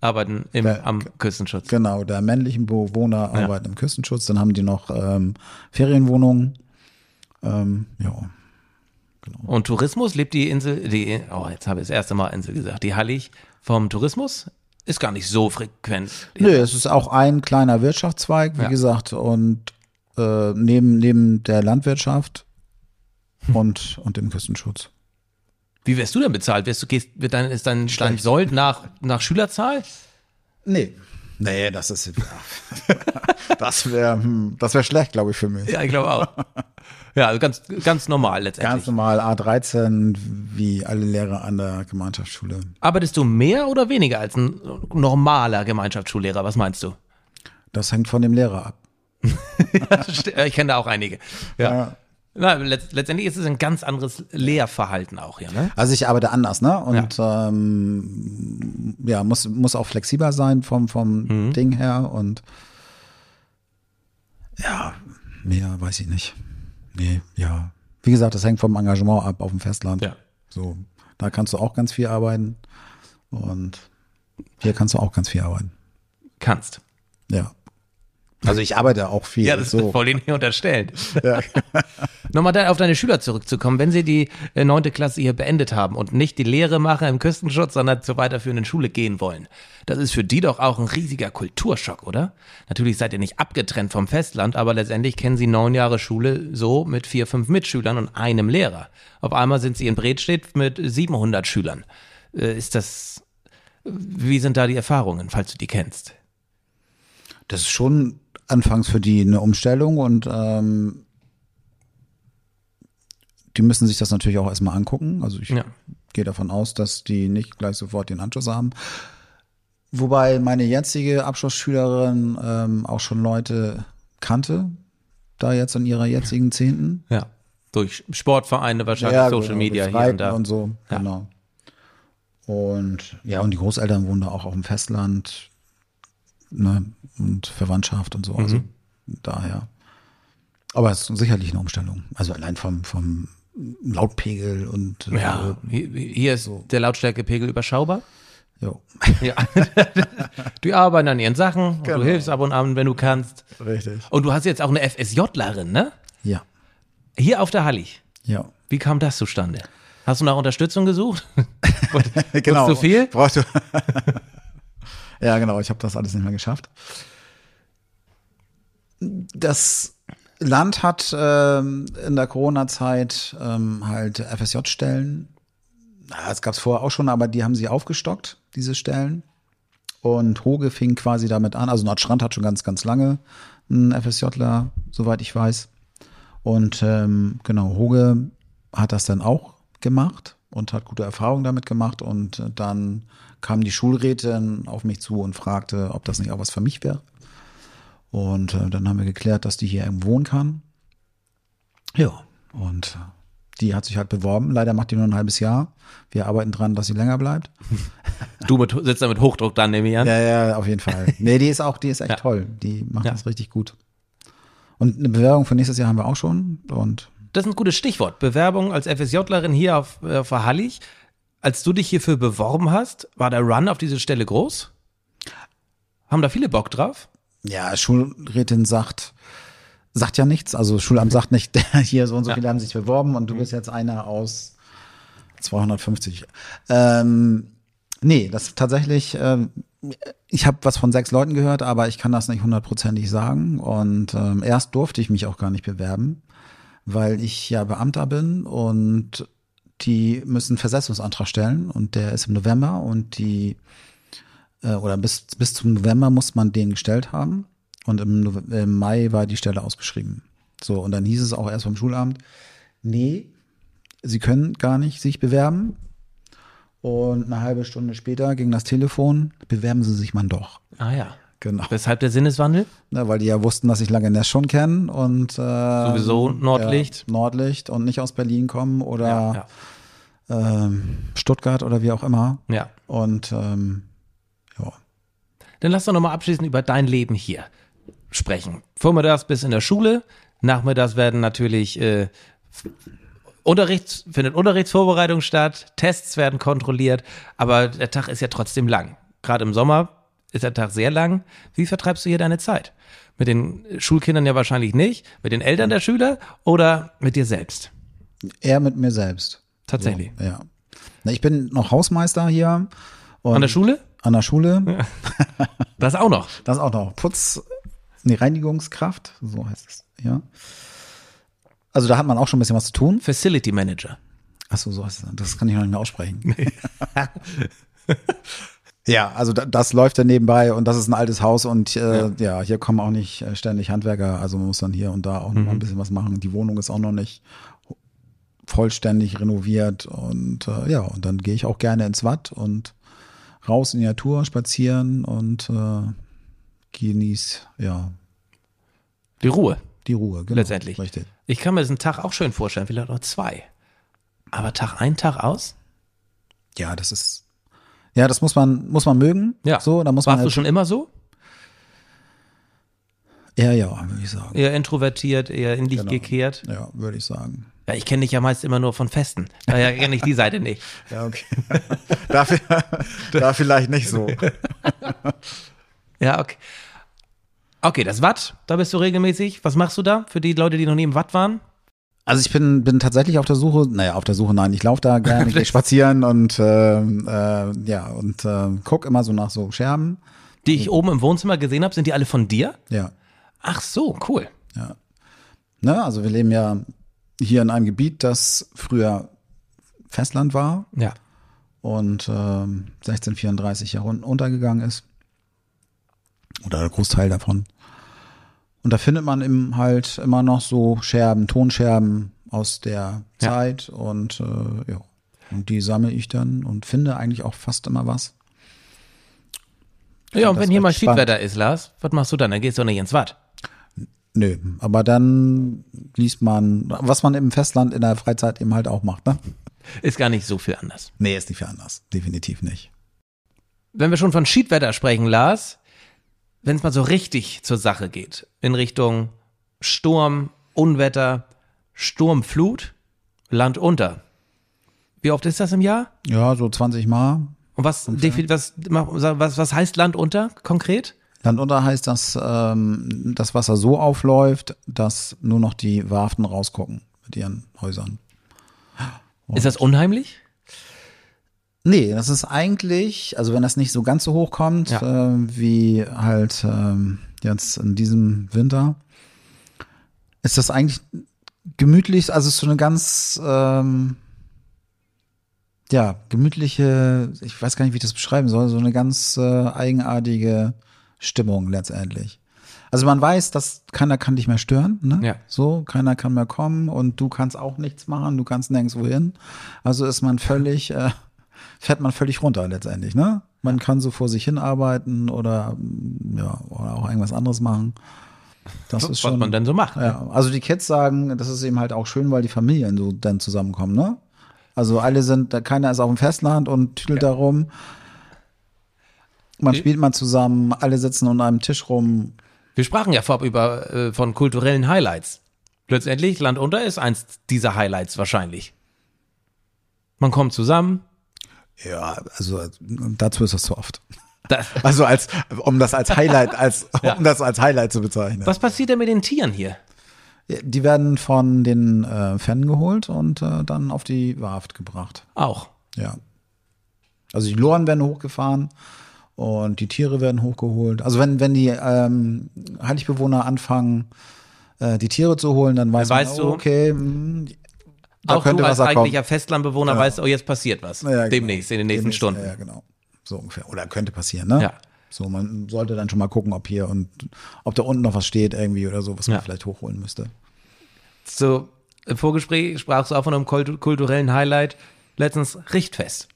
[SPEAKER 1] arbeiten im,
[SPEAKER 2] Ja,
[SPEAKER 1] am Küstenschutz.
[SPEAKER 2] Genau, der männlichen Bewohner arbeiten im Küstenschutz. Dann haben die noch ähm, Ferienwohnungen. Ähm, ja, genau.
[SPEAKER 1] Und Tourismus lebt die Insel, die, oh, jetzt habe ich das erste Mal Insel gesagt, die Hallig vom Tourismus ist gar nicht so frequent.
[SPEAKER 2] Nö, es ist auch ein kleiner Wirtschaftszweig, wie
[SPEAKER 1] Ja.
[SPEAKER 2] gesagt, und äh, neben, neben der
[SPEAKER 1] [LAUGHS]
[SPEAKER 2] Landwirtschaft und, und dem Küstenschutz.
[SPEAKER 1] Wie wirst du denn bezahlt? Wirst du, gehst, wird dein, ist dein Stein Sold nach, nach Schülerzahl?
[SPEAKER 2] Nee. Nee, das ist. [LAUGHS] das wäre das wär schlecht, glaube ich, für mich.
[SPEAKER 1] Ja, ich glaube auch.
[SPEAKER 2] [LAUGHS]
[SPEAKER 1] Ja, also ganz, ganz normal letztendlich.
[SPEAKER 2] Ganz normal A13, wie alle Lehrer an der Gemeinschaftsschule.
[SPEAKER 1] Arbeitest du mehr oder weniger als ein normaler Gemeinschaftsschullehrer? Was meinst
[SPEAKER 2] [LAUGHS]
[SPEAKER 1] du?
[SPEAKER 2] Das hängt von dem Lehrer ab.
[SPEAKER 1] ich kenne da auch einige. Ja.
[SPEAKER 2] Ja.
[SPEAKER 1] Na, letzt, letztendlich ist es ein ganz anderes Lehrverhalten auch hier, ne?
[SPEAKER 2] Also ich arbeite anders, ne? Und ja, ähm, ja muss, muss auch flexibler sein vom, vom Ding her und ja, mehr weiß ich nicht. Nee, ja. Wie gesagt, das hängt vom Engagement ab auf dem Festland.
[SPEAKER 1] Ja.
[SPEAKER 2] So, da kannst du auch ganz viel arbeiten und hier kannst du auch ganz viel arbeiten.
[SPEAKER 1] Kannst.
[SPEAKER 2] Ja. Also ich arbeite auch viel.
[SPEAKER 1] Ja, das ist
[SPEAKER 2] so.
[SPEAKER 1] voll den hier
[SPEAKER 2] [LAUGHS]
[SPEAKER 1] unterstellt. [LAUGHS] Nochmal da auf deine Schüler zurückzukommen, wenn sie die äh, neunte Klasse hier beendet haben und nicht die Lehre machen im Küstenschutz, sondern zur weiterführenden Schule gehen wollen. Das ist für die doch auch ein riesiger Kulturschock, oder? Natürlich seid ihr nicht abgetrennt vom Festland, aber letztendlich kennen sie neun Jahre Schule so mit vier, fünf Mitschülern und einem Lehrer. Auf einmal sind sie in Bredstedt mit 700 Schülern. Äh, Ist das, wie sind da die Erfahrungen, falls du die kennst?
[SPEAKER 2] Das ist schon anfangs für die eine Umstellung und ähm, die müssen sich das natürlich auch erstmal angucken. Also ich
[SPEAKER 1] Ja.
[SPEAKER 2] gehe davon aus, dass die nicht gleich sofort den Anschluss haben. Wobei meine jetzige Abschlussschülerin ähm, auch schon Leute kannte, da jetzt in ihrer jetzigen Zehnten.
[SPEAKER 1] Ja. Durch Sportvereine wahrscheinlich, Social
[SPEAKER 2] genau,
[SPEAKER 1] Media
[SPEAKER 2] mit
[SPEAKER 1] hier und
[SPEAKER 2] Reiten
[SPEAKER 1] da.
[SPEAKER 2] und so, genau. Und ja, und die Großeltern wohnen da auch auf dem Festland ne, und Verwandtschaft und so.
[SPEAKER 1] Mhm.
[SPEAKER 2] Also daher. Aber es ist sicherlich eine Umstellung. Also allein vom, vom Lautpegel und äh,
[SPEAKER 1] Ja, hier, hier ist der Lautstärkepegel
[SPEAKER 2] [LAUGHS]
[SPEAKER 1] überschaubar.
[SPEAKER 2] jo.
[SPEAKER 1] Ja. [LAUGHS] die arbeiten an ihren Sachen,
[SPEAKER 2] Genau.
[SPEAKER 1] und du hilfst ab und an, wenn du kannst.
[SPEAKER 2] Richtig.
[SPEAKER 1] Und du hast jetzt auch eine FSJlerin, ne?
[SPEAKER 2] Ja,
[SPEAKER 1] Hier auf der Hallig.
[SPEAKER 2] ja.
[SPEAKER 1] Wie kam das zustande? Hast du nach Unterstützung gesucht? [LAUGHS]
[SPEAKER 2] [LAUGHS]
[SPEAKER 1] Wurdest du viel?
[SPEAKER 2] Genau. Brauchst du. ja, genau. Ich habe das alles nicht mehr geschafft. Das Land hat ähm, in der Corona-Zeit ähm, halt FSJ-Stellen. Ah, Das gab es vorher auch schon, aber die haben sie aufgestockt, diese Stellen. Und Hoge fing quasi damit an. Also Nordstrand hat schon ganz, ganz lange einen FSJler, soweit ich weiß. Und ähm, genau, Hoge hat das dann auch gemacht und hat gute Erfahrungen damit gemacht. Und äh, dann kam die Schulrätin auf mich zu und fragte, ob das nicht auch was für mich wäre. Und äh, dann haben wir geklärt, dass die hier eben wohnen kann. Ja. Und äh, die hat sich halt beworben. Leider macht die nur ein halbes Jahr. Wir arbeiten dran, dass sie länger bleibt.
[SPEAKER 1] Du mit, sitzt da mit Hochdruck dran, nehme ich an.
[SPEAKER 2] Ja, ja, [LAUGHS] auf jeden Fall. Nee, die ist auch, die ist echt
[SPEAKER 1] Ja.
[SPEAKER 2] toll. Die macht
[SPEAKER 1] Ja.
[SPEAKER 2] das richtig gut. Und eine Bewerbung für nächstes Jahr haben wir auch schon. Und
[SPEAKER 1] Das ist ein gutes Stichwort. Bewerbung als FSJlerin hier auf, äh, auf der Hallig. Als du dich hierfür beworben hast, war der Run auf diese Stelle groß? Haben da viele Bock drauf?
[SPEAKER 2] ja, Schulrätin sagt, sagt ja nichts. Also Schulamt sagt nicht, [LAUGHS] hier so und so
[SPEAKER 1] Ja.
[SPEAKER 2] viele haben sich beworben und du bist jetzt einer aus 250. Ähm, nee, das tatsächlich, ähm, ich habe was von sechs Leuten gehört, aber ich kann das nicht hundertprozentig sagen. Und ähm, erst durfte ich mich auch gar nicht bewerben, weil ich ja Beamter bin und die müssen einen Versetzungsantrag stellen und der ist im November und die äh, oder bis, bis zum November muss man den gestellt haben. Und im, Nove- äh, im Mai war die Stelle ausgeschrieben. So, und dann hieß es auch erst vom Schulamt, nee, sie können gar nicht sich bewerben. Und eine halbe Stunde später ging das Telefon, bewerben sie sich man doch.
[SPEAKER 1] Ah ja.
[SPEAKER 2] Genau.
[SPEAKER 1] Weshalb der Sinneswandel?
[SPEAKER 2] Ne, weil die ja wussten, dass ich Langeness schon kenne und äh,
[SPEAKER 1] Sowieso Nordlicht.
[SPEAKER 2] Ja, Nordlicht und nicht aus Berlin kommen oder
[SPEAKER 1] ja.
[SPEAKER 2] Ähm, Stuttgart oder wie auch immer.
[SPEAKER 1] ja.
[SPEAKER 2] Und ähm, ja.
[SPEAKER 1] Dann lass doch nochmal abschließend über dein Leben hier sprechen. Vormittags bis in der Schule, nachmittags werden natürlich äh, Unterrichts, findet Unterrichtsvorbereitung statt, Tests werden kontrolliert, aber der Tag ist ja trotzdem lang. Gerade im Sommer ist der Tag sehr lang. Wie vertreibst du hier deine Zeit? Mit den Schulkindern ja wahrscheinlich nicht, mit den Eltern der Schüler oder mit dir selbst?
[SPEAKER 2] Eher mit mir selbst.
[SPEAKER 1] Tatsächlich.
[SPEAKER 2] So, ja. Na, ich bin noch Hausmeister hier. und-
[SPEAKER 1] An der Schule?
[SPEAKER 2] An der Schule.
[SPEAKER 1] Das auch noch.
[SPEAKER 2] Das auch noch. Putz, nee, Reinigungskraft, so heißt es, ja. Also da hat man auch schon ein bisschen was zu tun.
[SPEAKER 1] Facility Manager.
[SPEAKER 2] Achso, so heißt es. Das kann ich noch nicht mehr aussprechen. [LAUGHS] ja, also da, das läuft dann nebenbei und das ist ein altes Haus und äh, ja. hier kommen auch nicht äh, ständig Handwerker. Also man muss dann hier und da auch noch
[SPEAKER 1] Mhm.
[SPEAKER 2] mal ein bisschen was machen. Die Wohnung ist auch noch nicht vollständig renoviert und äh, ja, und dann gehe ich auch gerne ins Watt und raus in die Natur spazieren und äh, genieße ja
[SPEAKER 1] Die Ruhe.
[SPEAKER 2] die Ruhe. Genau,
[SPEAKER 1] Letztendlich.
[SPEAKER 2] Richtig.
[SPEAKER 1] Ich kann mir diesen Tag auch schön vorstellen, vielleicht auch zwei. Aber Tag ein, Tag aus?
[SPEAKER 2] Ja, das ist ja, das muss man muss man mögen.
[SPEAKER 1] Ja.
[SPEAKER 2] so, da muss
[SPEAKER 1] Warst
[SPEAKER 2] man
[SPEAKER 1] du
[SPEAKER 2] halt
[SPEAKER 1] schon immer so?
[SPEAKER 2] Ja, ja, würde ich sagen.
[SPEAKER 1] Eher introvertiert, eher in
[SPEAKER 2] Genau.
[SPEAKER 1] dich gekehrt?
[SPEAKER 2] Ja, würde ich sagen.
[SPEAKER 1] Ja, ich kenne dich ja meist immer nur von Festen. Daher kenne ich die Seite nicht.
[SPEAKER 2] Ja, okay. [LAUGHS] da, vi- da vielleicht nicht so.
[SPEAKER 1] Ja, okay. Okay, das Watt, da bist du regelmäßig. Was machst du da für die Leute, die noch nie im Watt waren?
[SPEAKER 2] Also ich bin, bin tatsächlich auf der Suche, naja, auf der Suche, nein, ich laufe da gerne, ich [LAUGHS] gehe spazieren und ähm, äh, ja, und äh, guck immer so nach so Scherben.
[SPEAKER 1] Die ich oben im Wohnzimmer gesehen habe, sind die alle von dir?
[SPEAKER 2] Ja.
[SPEAKER 1] Ach so, cool.
[SPEAKER 2] Ne? Also wir leben ja hier in einem Gebiet, das früher Festland war
[SPEAKER 1] Ja.
[SPEAKER 2] und ähm, 1634 herun- untergegangen ist. Oder der Großteil davon. Und da findet man eben halt immer noch so Scherben, Tonscherben aus der
[SPEAKER 1] Ja.
[SPEAKER 2] Zeit und äh, ja. Und die sammle ich dann und finde eigentlich auch fast immer was.
[SPEAKER 1] Ja, und
[SPEAKER 2] das
[SPEAKER 1] wenn hier
[SPEAKER 2] wird
[SPEAKER 1] mal
[SPEAKER 2] spannend.
[SPEAKER 1] Schiedwetter ist, Lars, was machst du dann? Dann gehst du nicht ins Watt.
[SPEAKER 2] Nö, aber dann liest man, was man im Festland in der Freizeit eben halt auch macht, ne?
[SPEAKER 1] Ist gar nicht so viel anders.
[SPEAKER 2] Nee, ist nicht viel anders. Definitiv nicht.
[SPEAKER 1] Wenn wir schon von Schiedwetter sprechen, Lars, wenn es mal so richtig zur Sache geht, in Richtung Sturm, Unwetter, Sturmflut, Land unter. Wie oft ist das im Jahr?
[SPEAKER 2] Ja, so 20 Mal.
[SPEAKER 1] Und was, defi- was, mach- sag- was, was heißt Land unter konkret?
[SPEAKER 2] Landunter heißt, dass ähm, das Wasser so aufläuft, dass nur noch die Warften rausgucken mit ihren Häusern.
[SPEAKER 1] Ist das unheimlich?
[SPEAKER 2] Nee, das ist eigentlich, also wenn das nicht so ganz so hoch kommt,
[SPEAKER 1] Ja.
[SPEAKER 2] ähm, wie halt ähm, jetzt in diesem Winter, ist das eigentlich gemütlich, also es ist so eine ganz, ähm, ja, gemütliche, ich weiß gar nicht, wie ich das beschreiben soll, so eine ganz äh, eigenartige Stimmung letztendlich. Also man weiß, dass keiner kann dich mehr stören, ne?
[SPEAKER 1] Ja.
[SPEAKER 2] So, keiner kann mehr kommen und du kannst auch nichts machen, du kannst nirgends wohin. Also ist man völlig, äh, fährt man völlig runter letztendlich, ne? Man kann so vor sich hin arbeiten oder mm, ja, oder auch irgendwas anderes machen. Das ist
[SPEAKER 1] was
[SPEAKER 2] schon
[SPEAKER 1] man dann so macht.
[SPEAKER 2] ja, also die Kids sagen, das ist eben halt auch schön, weil die Familien so dann zusammenkommen, ne? Also alle sind, da- keiner ist auf dem Festland und tüdelt da rum. Man spielt mal zusammen, alle sitzen unter einem Tisch rum.
[SPEAKER 1] Wir sprachen ja vorab über, äh, von kulturellen Highlights. Letztendlich, Land unter ist eins dieser Highlights wahrscheinlich. Man kommt zusammen.
[SPEAKER 2] Ja, also dazu ist das zu oft.
[SPEAKER 1] Das,
[SPEAKER 2] Also als, um das als Highlight, als, um das als Highlight zu bezeichnen.
[SPEAKER 1] was passiert denn mit den Tieren hier?
[SPEAKER 2] Die werden von den äh, Fan geholt und äh, dann auf die Warft gebracht.
[SPEAKER 1] Auch.
[SPEAKER 2] Ja. Also die Loren werden hochgefahren und die Tiere werden hochgeholt. Also wenn, wenn die ähm, Heiligbewohner anfangen, äh, die Tiere zu holen, dann weiß
[SPEAKER 1] Dann
[SPEAKER 2] man,
[SPEAKER 1] weißt
[SPEAKER 2] oh,
[SPEAKER 1] du-
[SPEAKER 2] okay, mh, da
[SPEAKER 1] auch
[SPEAKER 2] könnte
[SPEAKER 1] du als
[SPEAKER 2] was kommen.
[SPEAKER 1] eigentlicher Festlandbewohner weißt, oh, jetzt passiert was.
[SPEAKER 2] Ja, genau.
[SPEAKER 1] Demnächst, in den nächsten
[SPEAKER 2] Demnächst,
[SPEAKER 1] Stunden.
[SPEAKER 2] Ja, genau. So ungefähr. Oder könnte passieren, ne?
[SPEAKER 1] Ja.
[SPEAKER 2] So, man sollte dann schon mal gucken, ob hier und ob da unten noch was steht irgendwie oder so, was
[SPEAKER 1] Ja.
[SPEAKER 2] man vielleicht hochholen müsste.
[SPEAKER 1] So, im Vorgespräch sprachst du auch von einem kultu- kulturellen Highlight. Letztens Richtfest.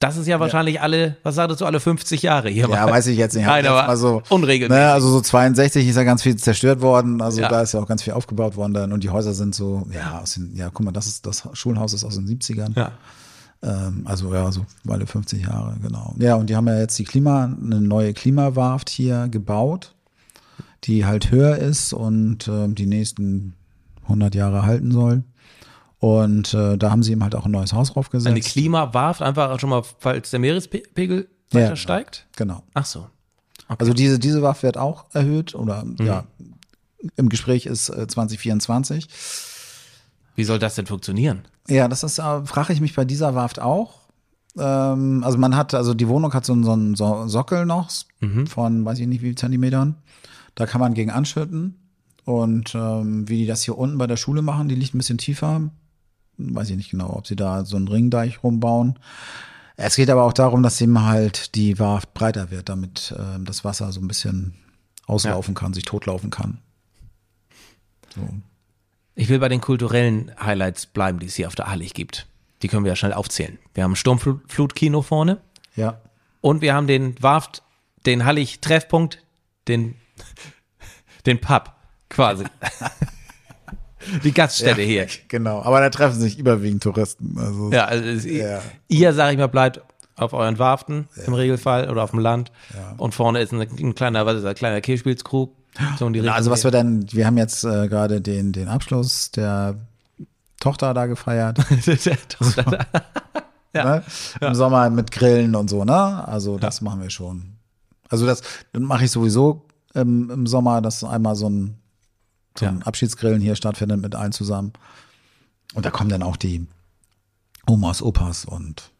[SPEAKER 1] Das ist ja wahrscheinlich alle, was sagtest du, alle 50 Jahre hier
[SPEAKER 2] Ja,
[SPEAKER 1] mal.
[SPEAKER 2] weiß ich
[SPEAKER 1] [LAUGHS]
[SPEAKER 2] jetzt nicht.
[SPEAKER 1] Nein, aber
[SPEAKER 2] also,
[SPEAKER 1] unregelmäßig.
[SPEAKER 2] Ne, also so 62 ist ja ganz viel zerstört worden. Also
[SPEAKER 1] Ja.
[SPEAKER 2] da ist ja auch ganz viel aufgebaut worden dann. Und die Häuser sind so, ja, aus den, ja, guck mal, das ist das Schulhaus ist aus den 70ern.
[SPEAKER 1] Ja.
[SPEAKER 2] Ähm, also ja, so alle 50 Jahre, genau. Ja, und die haben ja jetzt die Klima, eine neue Klimawarft hier gebaut, die halt höher ist und ähm, die nächsten 100 Jahre halten soll. Und äh, da haben sie eben halt auch ein neues Haus draufgesetzt.
[SPEAKER 1] Eine Klimawarft, einfach schon mal, falls der Meerespegel
[SPEAKER 2] Ja,
[SPEAKER 1] weiter
[SPEAKER 2] genau.
[SPEAKER 1] steigt.
[SPEAKER 2] genau.
[SPEAKER 1] Ach so.
[SPEAKER 2] Also diese, diese Waffe wird auch erhöht oder ja, im Gespräch ist äh, 2024.
[SPEAKER 1] Wie soll das denn funktionieren?
[SPEAKER 2] Ja, das ist, äh, frage ich mich bei dieser Warft auch. Ähm, also man hat, also die Wohnung hat so einen, so einen so Sockel noch von weiß ich nicht wie viel Zentimetern. Da kann man gegen anschütten. Und ähm, wie die das hier unten bei der Schule machen, die liegt ein bisschen tiefer. Weiß ich nicht genau, ob sie da so einen Ringdeich rumbauen. Es geht aber auch darum, dass eben halt die Warft breiter wird, damit ähm, das Wasser so ein bisschen auslaufen kann, sich totlaufen kann. So.
[SPEAKER 1] Ich will bei den kulturellen Highlights bleiben, die es hier auf der Hallig gibt. Die können wir ja schnell aufzählen. Wir haben ein Sturmflutkino vorne
[SPEAKER 2] Ja.
[SPEAKER 1] und wir haben den Warft, den Hallig-Treffpunkt, den, den Pub
[SPEAKER 2] [LAUGHS]
[SPEAKER 1] quasi. die Gaststätte hier.
[SPEAKER 2] Genau, aber da treffen sich überwiegend Touristen. Also
[SPEAKER 1] Ja, also es,
[SPEAKER 2] Ja.
[SPEAKER 1] ihr, sag ich mal, bleibt auf euren Warften im Regelfall oder auf dem Land. Und vorne ist ein, ein kleiner, was ist das, ein kleiner Kirchspielskrug. So in die
[SPEAKER 2] Na, also
[SPEAKER 1] Richtung
[SPEAKER 2] was wir dann, wir haben jetzt äh, gerade den, den Abschluss der Tochter da gefeiert,
[SPEAKER 1] [LAUGHS] geht.
[SPEAKER 2] ne? im Sommer mit Grillen und so, ne? Also das machen wir schon. Also das mache ich sowieso im, im Sommer, dass einmal so ein, so ein Abschiedsgrillen hier stattfindet mit allen zusammen. Und da kommen dann auch die Omas, Opas und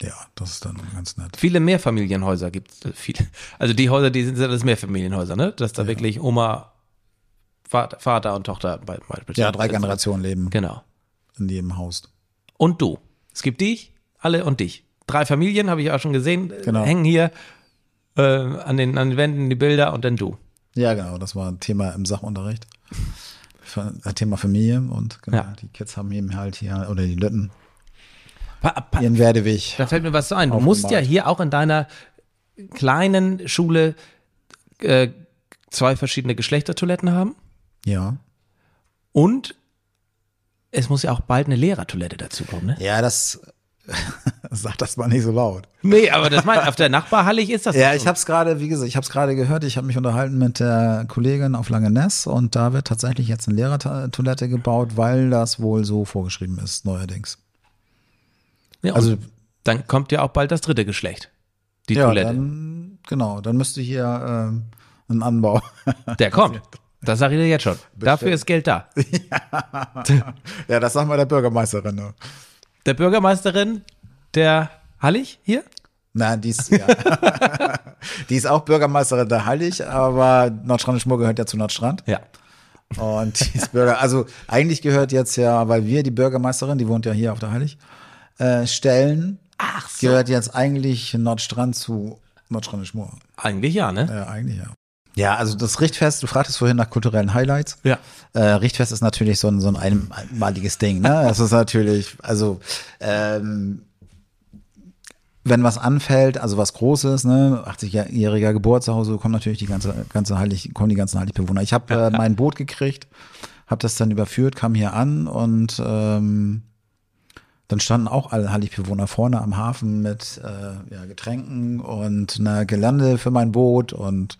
[SPEAKER 2] ja, das ist dann ganz nett.
[SPEAKER 1] Viele Mehrfamilienhäuser gibt es. Viele. Also die Häuser, die sind ja das Mehrfamilienhäuser, ne? Dass da wirklich Oma, Vater, Vater und Tochter bei- beispielsweise.
[SPEAKER 2] Ja, drei
[SPEAKER 1] sitzen.
[SPEAKER 2] Generationen leben
[SPEAKER 1] Genau.
[SPEAKER 2] in jedem Haus.
[SPEAKER 1] Und du. Es gibt dich, alle und dich. Drei Familien, habe ich auch schon gesehen, äh,
[SPEAKER 2] Genau.
[SPEAKER 1] hängen hier äh, an, den, an den Wänden die Bilder und dann du.
[SPEAKER 2] Ja, genau, das war ein Thema im Sachunterricht. Für- äh, Thema Familie und genau,
[SPEAKER 1] Ja.
[SPEAKER 2] die Kids haben eben halt hier, oder die Lütten,
[SPEAKER 1] Pa, pa,
[SPEAKER 2] ihren Werdeweg.
[SPEAKER 1] Da fällt mir was so ein. Du musst ja
[SPEAKER 2] Aufgemalt.
[SPEAKER 1] hier auch in deiner kleinen Schule äh, zwei verschiedene Geschlechtertoiletten haben
[SPEAKER 2] Ja.
[SPEAKER 1] und es muss ja auch bald eine Lehrertoilette dazukommen, ne?
[SPEAKER 2] Ja, das [LAUGHS] sag das mal nicht so laut.
[SPEAKER 1] Nee, aber das meint, auf der Nachbarhallig ist das
[SPEAKER 2] Ja,
[SPEAKER 1] so.
[SPEAKER 2] ich habe es gerade, wie gesagt, ich habe es gerade gehört. Ich habe mich unterhalten mit der Kollegin auf Langeness und da wird tatsächlich jetzt eine Lehrertoilette gebaut, weil das wohl so vorgeschrieben ist neuerdings.
[SPEAKER 1] ja, also
[SPEAKER 2] Also
[SPEAKER 1] dann kommt ja auch bald das dritte Geschlecht. Die
[SPEAKER 2] ja,
[SPEAKER 1] Toilette.
[SPEAKER 2] dann genau, dann müsste hier ähm, ein Anbau. [LAUGHS]
[SPEAKER 1] der kommt. Das sage ich dir jetzt schon. Dafür ist Geld da.
[SPEAKER 2] ja, das sagen wir der Bürgermeisterin. Ne?
[SPEAKER 1] Der Bürgermeisterin der Hallig hier?
[SPEAKER 2] Na, die ist, [LAUGHS] ja. die ist auch Bürgermeisterin der Hallig, aber Nordstrand-Schmur gehört ja zu Nordstrand.
[SPEAKER 1] Ja.
[SPEAKER 2] Und die ist Bürger, also eigentlich gehört jetzt ja, weil wir die Bürgermeisterin, die wohnt ja hier auf der Hallig, äh, stellen,
[SPEAKER 1] Ach so.
[SPEAKER 2] gehört jetzt eigentlich Nordstrand zu Nordstrand-Schmur.
[SPEAKER 1] Eigentlich ja, ne?
[SPEAKER 2] Ja, eigentlich ja. Ja, also das Richtfest, du fragtest vorhin nach kulturellen Highlights.
[SPEAKER 1] Ja.
[SPEAKER 2] Äh, Richtfest ist natürlich so ein, so ein einmaliges Ding. Ne? Das ist natürlich, also ähm, wenn was anfällt, also was Großes, ne, 80-jähriger Geburtstag, so kommen natürlich die ganze, ganze heilig, kommen die ganzen Heiligbewohner. Ich habe äh, mein Boot gekriegt, habe das dann überführt, kam hier an und ähm, dann standen auch alle Heiligbewohner vorne am Hafen mit äh, ja, Getränken und einer Gelande für mein Boot und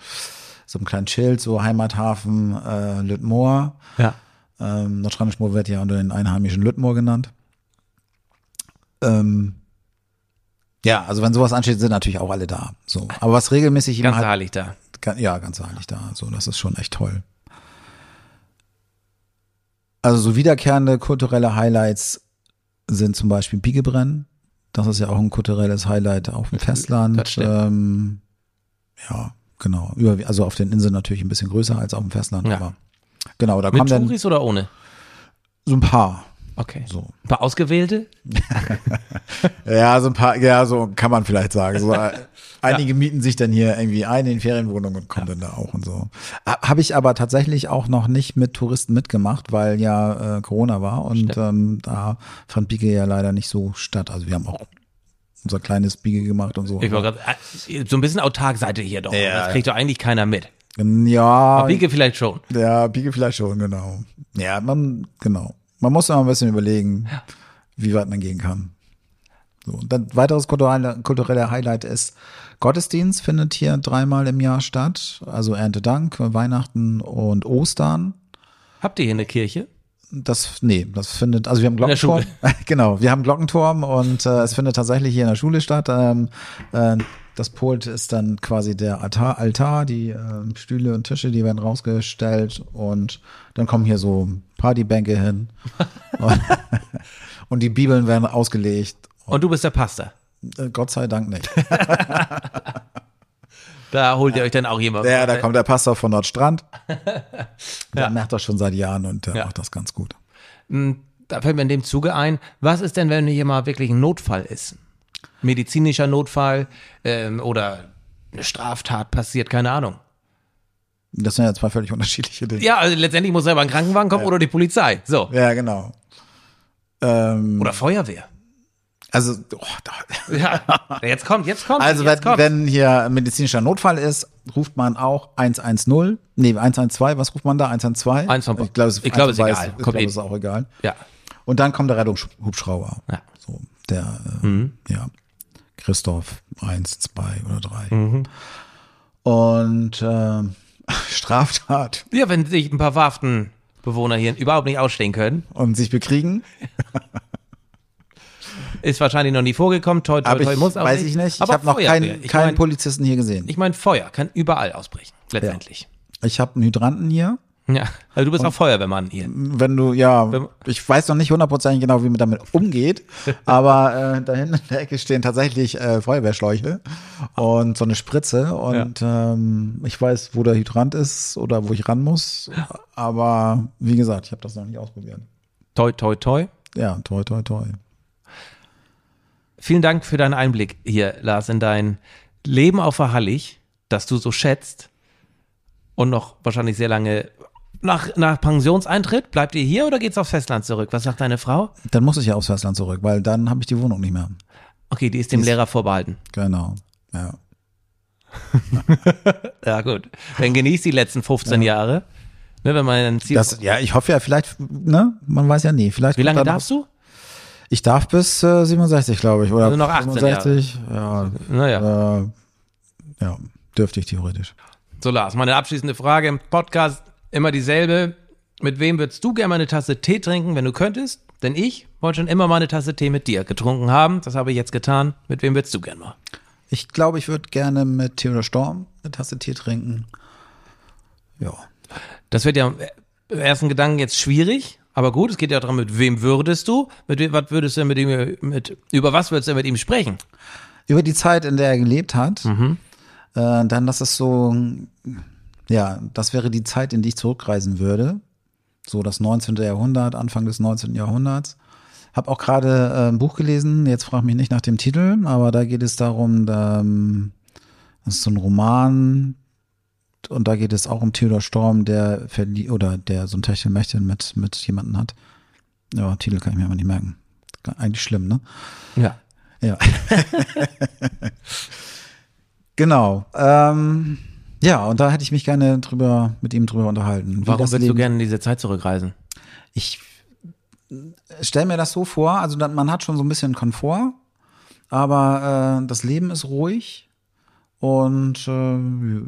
[SPEAKER 2] so einem kleinen Schild, so Heimathafen äh, Lüttmoor.
[SPEAKER 1] Ja.
[SPEAKER 2] Ähm, Nordrheinisch Moor wird ja unter den einheimischen Lüttmoor genannt. Ähm, ja, also wenn sowas ansteht, sind natürlich auch alle da. So. Aber was regelmäßig eben
[SPEAKER 1] Ganz
[SPEAKER 2] halt,
[SPEAKER 1] Hallig da.
[SPEAKER 2] ga- ja, ganz heilig da. So, das ist schon echt toll. Also so wiederkehrende kulturelle Highlights sind zum Beispiel Biegebrennen. Das ist ja auch ein kulturelles Highlight auf
[SPEAKER 1] [LAUGHS]
[SPEAKER 2] dem
[SPEAKER 1] Das
[SPEAKER 2] Festland.
[SPEAKER 1] stimmt.
[SPEAKER 2] Ähm, ja, genau. Über, also auf den Inseln natürlich ein bisschen größer als auf dem Festland,
[SPEAKER 1] Ja.
[SPEAKER 2] aber genau, da kommen
[SPEAKER 1] Mit
[SPEAKER 2] dann
[SPEAKER 1] Touris oder ohne?
[SPEAKER 2] so ein paar.
[SPEAKER 1] Okay.
[SPEAKER 2] So.
[SPEAKER 1] Ein paar ausgewählte?
[SPEAKER 2] Ja, so ein paar, ja, so kann man vielleicht sagen. So, äh, einige mieten sich dann hier irgendwie ein in Ferienwohnungen und kommen dann da auch und so. Habe ich aber tatsächlich auch noch nicht mit Touristen mitgemacht, weil ja äh, Corona war und ähm, da fand Biege ja leider nicht so statt. Also wir haben auch unser kleines Biege gemacht und so.
[SPEAKER 1] Ich war gerade so ein bisschen autark seid ihr hier doch.
[SPEAKER 2] Ja,
[SPEAKER 1] das
[SPEAKER 2] ja.
[SPEAKER 1] kriegt doch eigentlich keiner mit.
[SPEAKER 2] ja,
[SPEAKER 1] Wiege vielleicht schon.
[SPEAKER 2] ja, Biege vielleicht schon, genau. Ja, man, genau. Man muss immer ein bisschen überlegen, wie weit man gehen kann. So, und dann weiteres kulturelle, kulturelle Highlight ist, Gottesdienst findet hier dreimal im Jahr statt. Also Erntedank, Weihnachten und Ostern.
[SPEAKER 1] Habt ihr hier eine Kirche?
[SPEAKER 2] das, nee, das findet, also wir haben
[SPEAKER 1] der
[SPEAKER 2] Glockenturm.
[SPEAKER 1] Schule.
[SPEAKER 2] [LAUGHS] genau, wir haben Glockenturm und äh, es findet tatsächlich hier in der Schule statt. Ähm, äh, das Pult ist dann quasi der Altar, Altar die ähm, Stühle und Tische, die werden rausgestellt und dann kommen hier so
[SPEAKER 1] [LAUGHS]
[SPEAKER 2] Partybänke hin und, [LAUGHS] und die Bibeln werden ausgelegt.
[SPEAKER 1] Und du bist der Pastor.
[SPEAKER 2] Äh, Gott sei
[SPEAKER 1] [LAUGHS]
[SPEAKER 2] Dank nicht.
[SPEAKER 1] Da holt ihr euch dann auch jemand.
[SPEAKER 2] Ja, da kommt der Pastor
[SPEAKER 1] [LAUGHS]
[SPEAKER 2] von Nordstrand. Der
[SPEAKER 1] Ja.
[SPEAKER 2] macht das schon seit Jahren und der
[SPEAKER 1] Ja.
[SPEAKER 2] macht das ganz gut.
[SPEAKER 1] Hm, Da fällt mir in dem Zuge ein, was ist denn, wenn hier mal wirklich ein Notfall ist? Medizinischer Notfall ähm, oder eine Straftat passiert, keine Ahnung.
[SPEAKER 2] Das sind ja zwei völlig unterschiedliche Dinge.
[SPEAKER 1] Ja, also letztendlich muss selber ein Krankenwagen kommen oder die Polizei. So.
[SPEAKER 2] Ja, genau. Ähm,
[SPEAKER 1] Oder Feuerwehr.
[SPEAKER 2] also, oh, da, [LAUGHS]
[SPEAKER 1] Ja. Jetzt kommt, jetzt kommt.
[SPEAKER 2] Also
[SPEAKER 1] jetzt
[SPEAKER 2] wenn,
[SPEAKER 1] kommt.
[SPEAKER 2] wenn hier ein medizinischer Notfall ist, ruft man auch 110, nee 112, was ruft man da? 112?
[SPEAKER 1] 112.
[SPEAKER 2] Ich glaube, es,
[SPEAKER 1] Ich glaube, es ist
[SPEAKER 2] 112
[SPEAKER 1] egal. Kommt
[SPEAKER 2] Ich glaube,
[SPEAKER 1] eh.
[SPEAKER 2] es ist auch egal.
[SPEAKER 1] ja.
[SPEAKER 2] Und dann kommt der Rettungshubschrauber.
[SPEAKER 1] Ja. Mhm.
[SPEAKER 2] So, der, äh, ja, Christoph 1, 2 oder 3.
[SPEAKER 1] Mhm.
[SPEAKER 2] Und ähm, [LAUGHS] Straftat
[SPEAKER 1] ja, wenn sich ein paar Waftenbewohner hier überhaupt nicht ausstehen können,
[SPEAKER 2] und sich bekriegen.
[SPEAKER 1] ist wahrscheinlich noch nie vorgekommen. Toi, toi,
[SPEAKER 2] Aber ich
[SPEAKER 1] toi, muss auch
[SPEAKER 2] weiß ich nicht. Ich
[SPEAKER 1] Aber
[SPEAKER 2] habe noch
[SPEAKER 1] Feuerwehr.
[SPEAKER 2] keinen,
[SPEAKER 1] ich
[SPEAKER 2] keinen
[SPEAKER 1] mein,
[SPEAKER 2] Polizisten hier gesehen.
[SPEAKER 1] ich mein, Feuer kann überall ausbrechen, letztendlich.
[SPEAKER 2] Ich habe einen Hydranten hier.
[SPEAKER 1] Ja. Also du bist auch Feuerwehrmann hier.
[SPEAKER 2] wenn du, ja,
[SPEAKER 1] Wenn-
[SPEAKER 2] ich weiß noch nicht hundertprozentig genau, wie man damit
[SPEAKER 1] [LAUGHS]
[SPEAKER 2] umgeht, aber äh, da hinten in der Ecke stehen tatsächlich äh, Feuerwehrschläuche und so eine Spritze und ähm, ich weiß, wo der Hydrant ist oder wo ich ran muss, aber wie gesagt, ich habe das noch nicht ausprobiert.
[SPEAKER 1] Toi, toi, toi.
[SPEAKER 2] Ja, toi, toi, toi.
[SPEAKER 1] Vielen Dank für deinen Einblick hier, Lars, in dein Leben auf der Hallig, das du so schätzt und noch wahrscheinlich sehr lange nach, nach Pensionseintritt. Bleibt ihr hier oder geht's aufs Festland zurück? Was sagt deine Frau?
[SPEAKER 2] Dann muss ich ja aufs Festland zurück, weil dann habe ich die Wohnung nicht mehr.
[SPEAKER 1] Okay, die ist dem Lehrer vorbehalten.
[SPEAKER 2] Genau, ja.
[SPEAKER 1] Ja, gut. Dann genießt die letzten 15 Jahre. Ne, wenn man ein Ziel.
[SPEAKER 2] Das, ja, ich hoffe ja, vielleicht, ne, man weiß ja nie. Vielleicht
[SPEAKER 1] Wie lange
[SPEAKER 2] kommt dann
[SPEAKER 1] darfst du?
[SPEAKER 2] Noch, ich darf bis äh, 67, glaube ich, oder
[SPEAKER 1] Also noch Also 18 Jahre.
[SPEAKER 2] 65, ja.
[SPEAKER 1] Naja.
[SPEAKER 2] Äh, ja, dürfte ich theoretisch.
[SPEAKER 1] So, Lars, meine abschließende Frage im Podcast immer dieselbe. Mit wem würdest du gerne mal eine Tasse Tee trinken, wenn du könntest? Denn ich wollte schon immer mal eine Tasse Tee mit dir getrunken haben. Das habe ich jetzt getan. Mit wem würdest du gerne mal?
[SPEAKER 2] Ich glaube, ich würde gerne mit Theodor Storm eine Tasse Tee trinken. Ja.
[SPEAKER 1] Das wird ja im ersten Gedanken jetzt schwierig. Aber gut, es geht ja darum, mit wem würdest du? Mit wem, was würdest du denn mit ihm, mit, über was würdest du denn mit ihm sprechen?
[SPEAKER 2] Über die Zeit, in der er gelebt hat, äh, dann, dass es so, ja, das wäre die Zeit, in die ich zurückreisen würde. So das 19. Jahrhundert, Anfang des 19. Jahrhunderts. Hab auch gerade äh, ein Buch gelesen, jetzt frag mich nicht nach dem Titel, aber da geht es darum, ähm, das ist so ein Roman, und da geht es auch um Theodor Storm, der verlie oder der so ein Techtelmächteln mit, mit jemanden hat. Ja, Titel kann ich mir aber nicht merken. Eigentlich schlimm, ne?
[SPEAKER 1] Ja.
[SPEAKER 2] Ja. genau. Ähm, ja, und da hätte ich mich gerne drüber mit ihm drüber unterhalten. Wie
[SPEAKER 1] Warum
[SPEAKER 2] das
[SPEAKER 1] würdest du
[SPEAKER 2] Leben-
[SPEAKER 1] gerne in diese Zeit zurückreisen?
[SPEAKER 2] Ich stelle mir das so vor, also dann- man hat schon so ein bisschen Komfort, aber äh, das Leben ist ruhig und äh,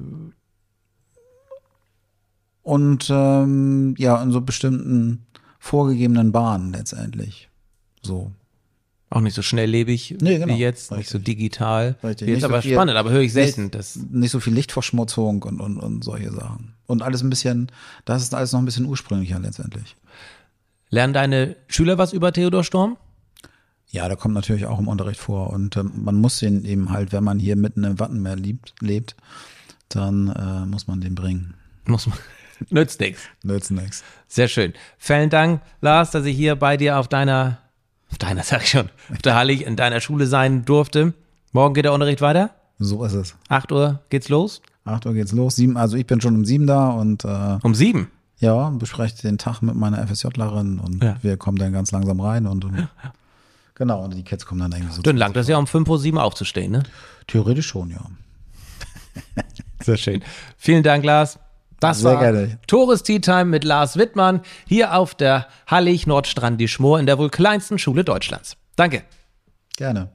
[SPEAKER 2] und ähm, ja, in so bestimmten vorgegebenen Bahnen letztendlich. So.
[SPEAKER 1] Auch nicht so schnelllebig
[SPEAKER 2] Nee, genau.
[SPEAKER 1] wie jetzt, nicht so digital.
[SPEAKER 2] Richtig.
[SPEAKER 1] Wie Jetzt
[SPEAKER 2] Nicht so
[SPEAKER 1] aber
[SPEAKER 2] viel-
[SPEAKER 1] spannend, aber höre ich selten.
[SPEAKER 2] Nicht,
[SPEAKER 1] Das,
[SPEAKER 2] nicht so viel Lichtverschmutzung und, und, und solche Sachen. Und alles ein bisschen, das ist alles noch ein bisschen ursprünglicher letztendlich.
[SPEAKER 1] Lernen deine Schüler was über Theodor Storm?
[SPEAKER 2] Ja, da kommt natürlich auch im Unterricht vor. Und ähm, man muss den eben halt, wenn man hier mitten im Wattenmeer liebt, lebt, dann äh, muss man den bringen.
[SPEAKER 1] Muss man. [LAUGHS] Nützt nichts.
[SPEAKER 2] Nützt nix.
[SPEAKER 1] Sehr schön. Vielen Dank, Lars, dass ich hier bei dir auf deiner, auf deiner, [LAUGHS] sag ich schon, auf der Hallig in deiner Schule sein durfte. Morgen geht der Unterricht weiter.
[SPEAKER 2] So ist es.
[SPEAKER 1] 8 Uhr geht's los.
[SPEAKER 2] 8 Uhr geht's los. Sieben, also ich bin schon um sieben da und äh,
[SPEAKER 1] Um sieben.
[SPEAKER 2] ja, bespreche den Tag mit meiner FSJlerin und
[SPEAKER 1] Ja.
[SPEAKER 2] wir kommen dann ganz langsam rein und, und genau, und die Kids kommen dann irgendwie so.
[SPEAKER 1] Dann langt das ja um 5 Uhr sieben aufzustehen, ne?
[SPEAKER 2] Theoretisch schon, ja.
[SPEAKER 1] Sehr schön. Vielen Dank, Lars. Das
[SPEAKER 2] Sehr
[SPEAKER 1] war
[SPEAKER 2] gerne.
[SPEAKER 1] Tores Tea Time mit Lars Wittmann hier auf der Hallig Nordstrand die Schmor in der wohl kleinsten Schule Deutschlands. Danke.
[SPEAKER 2] Gerne.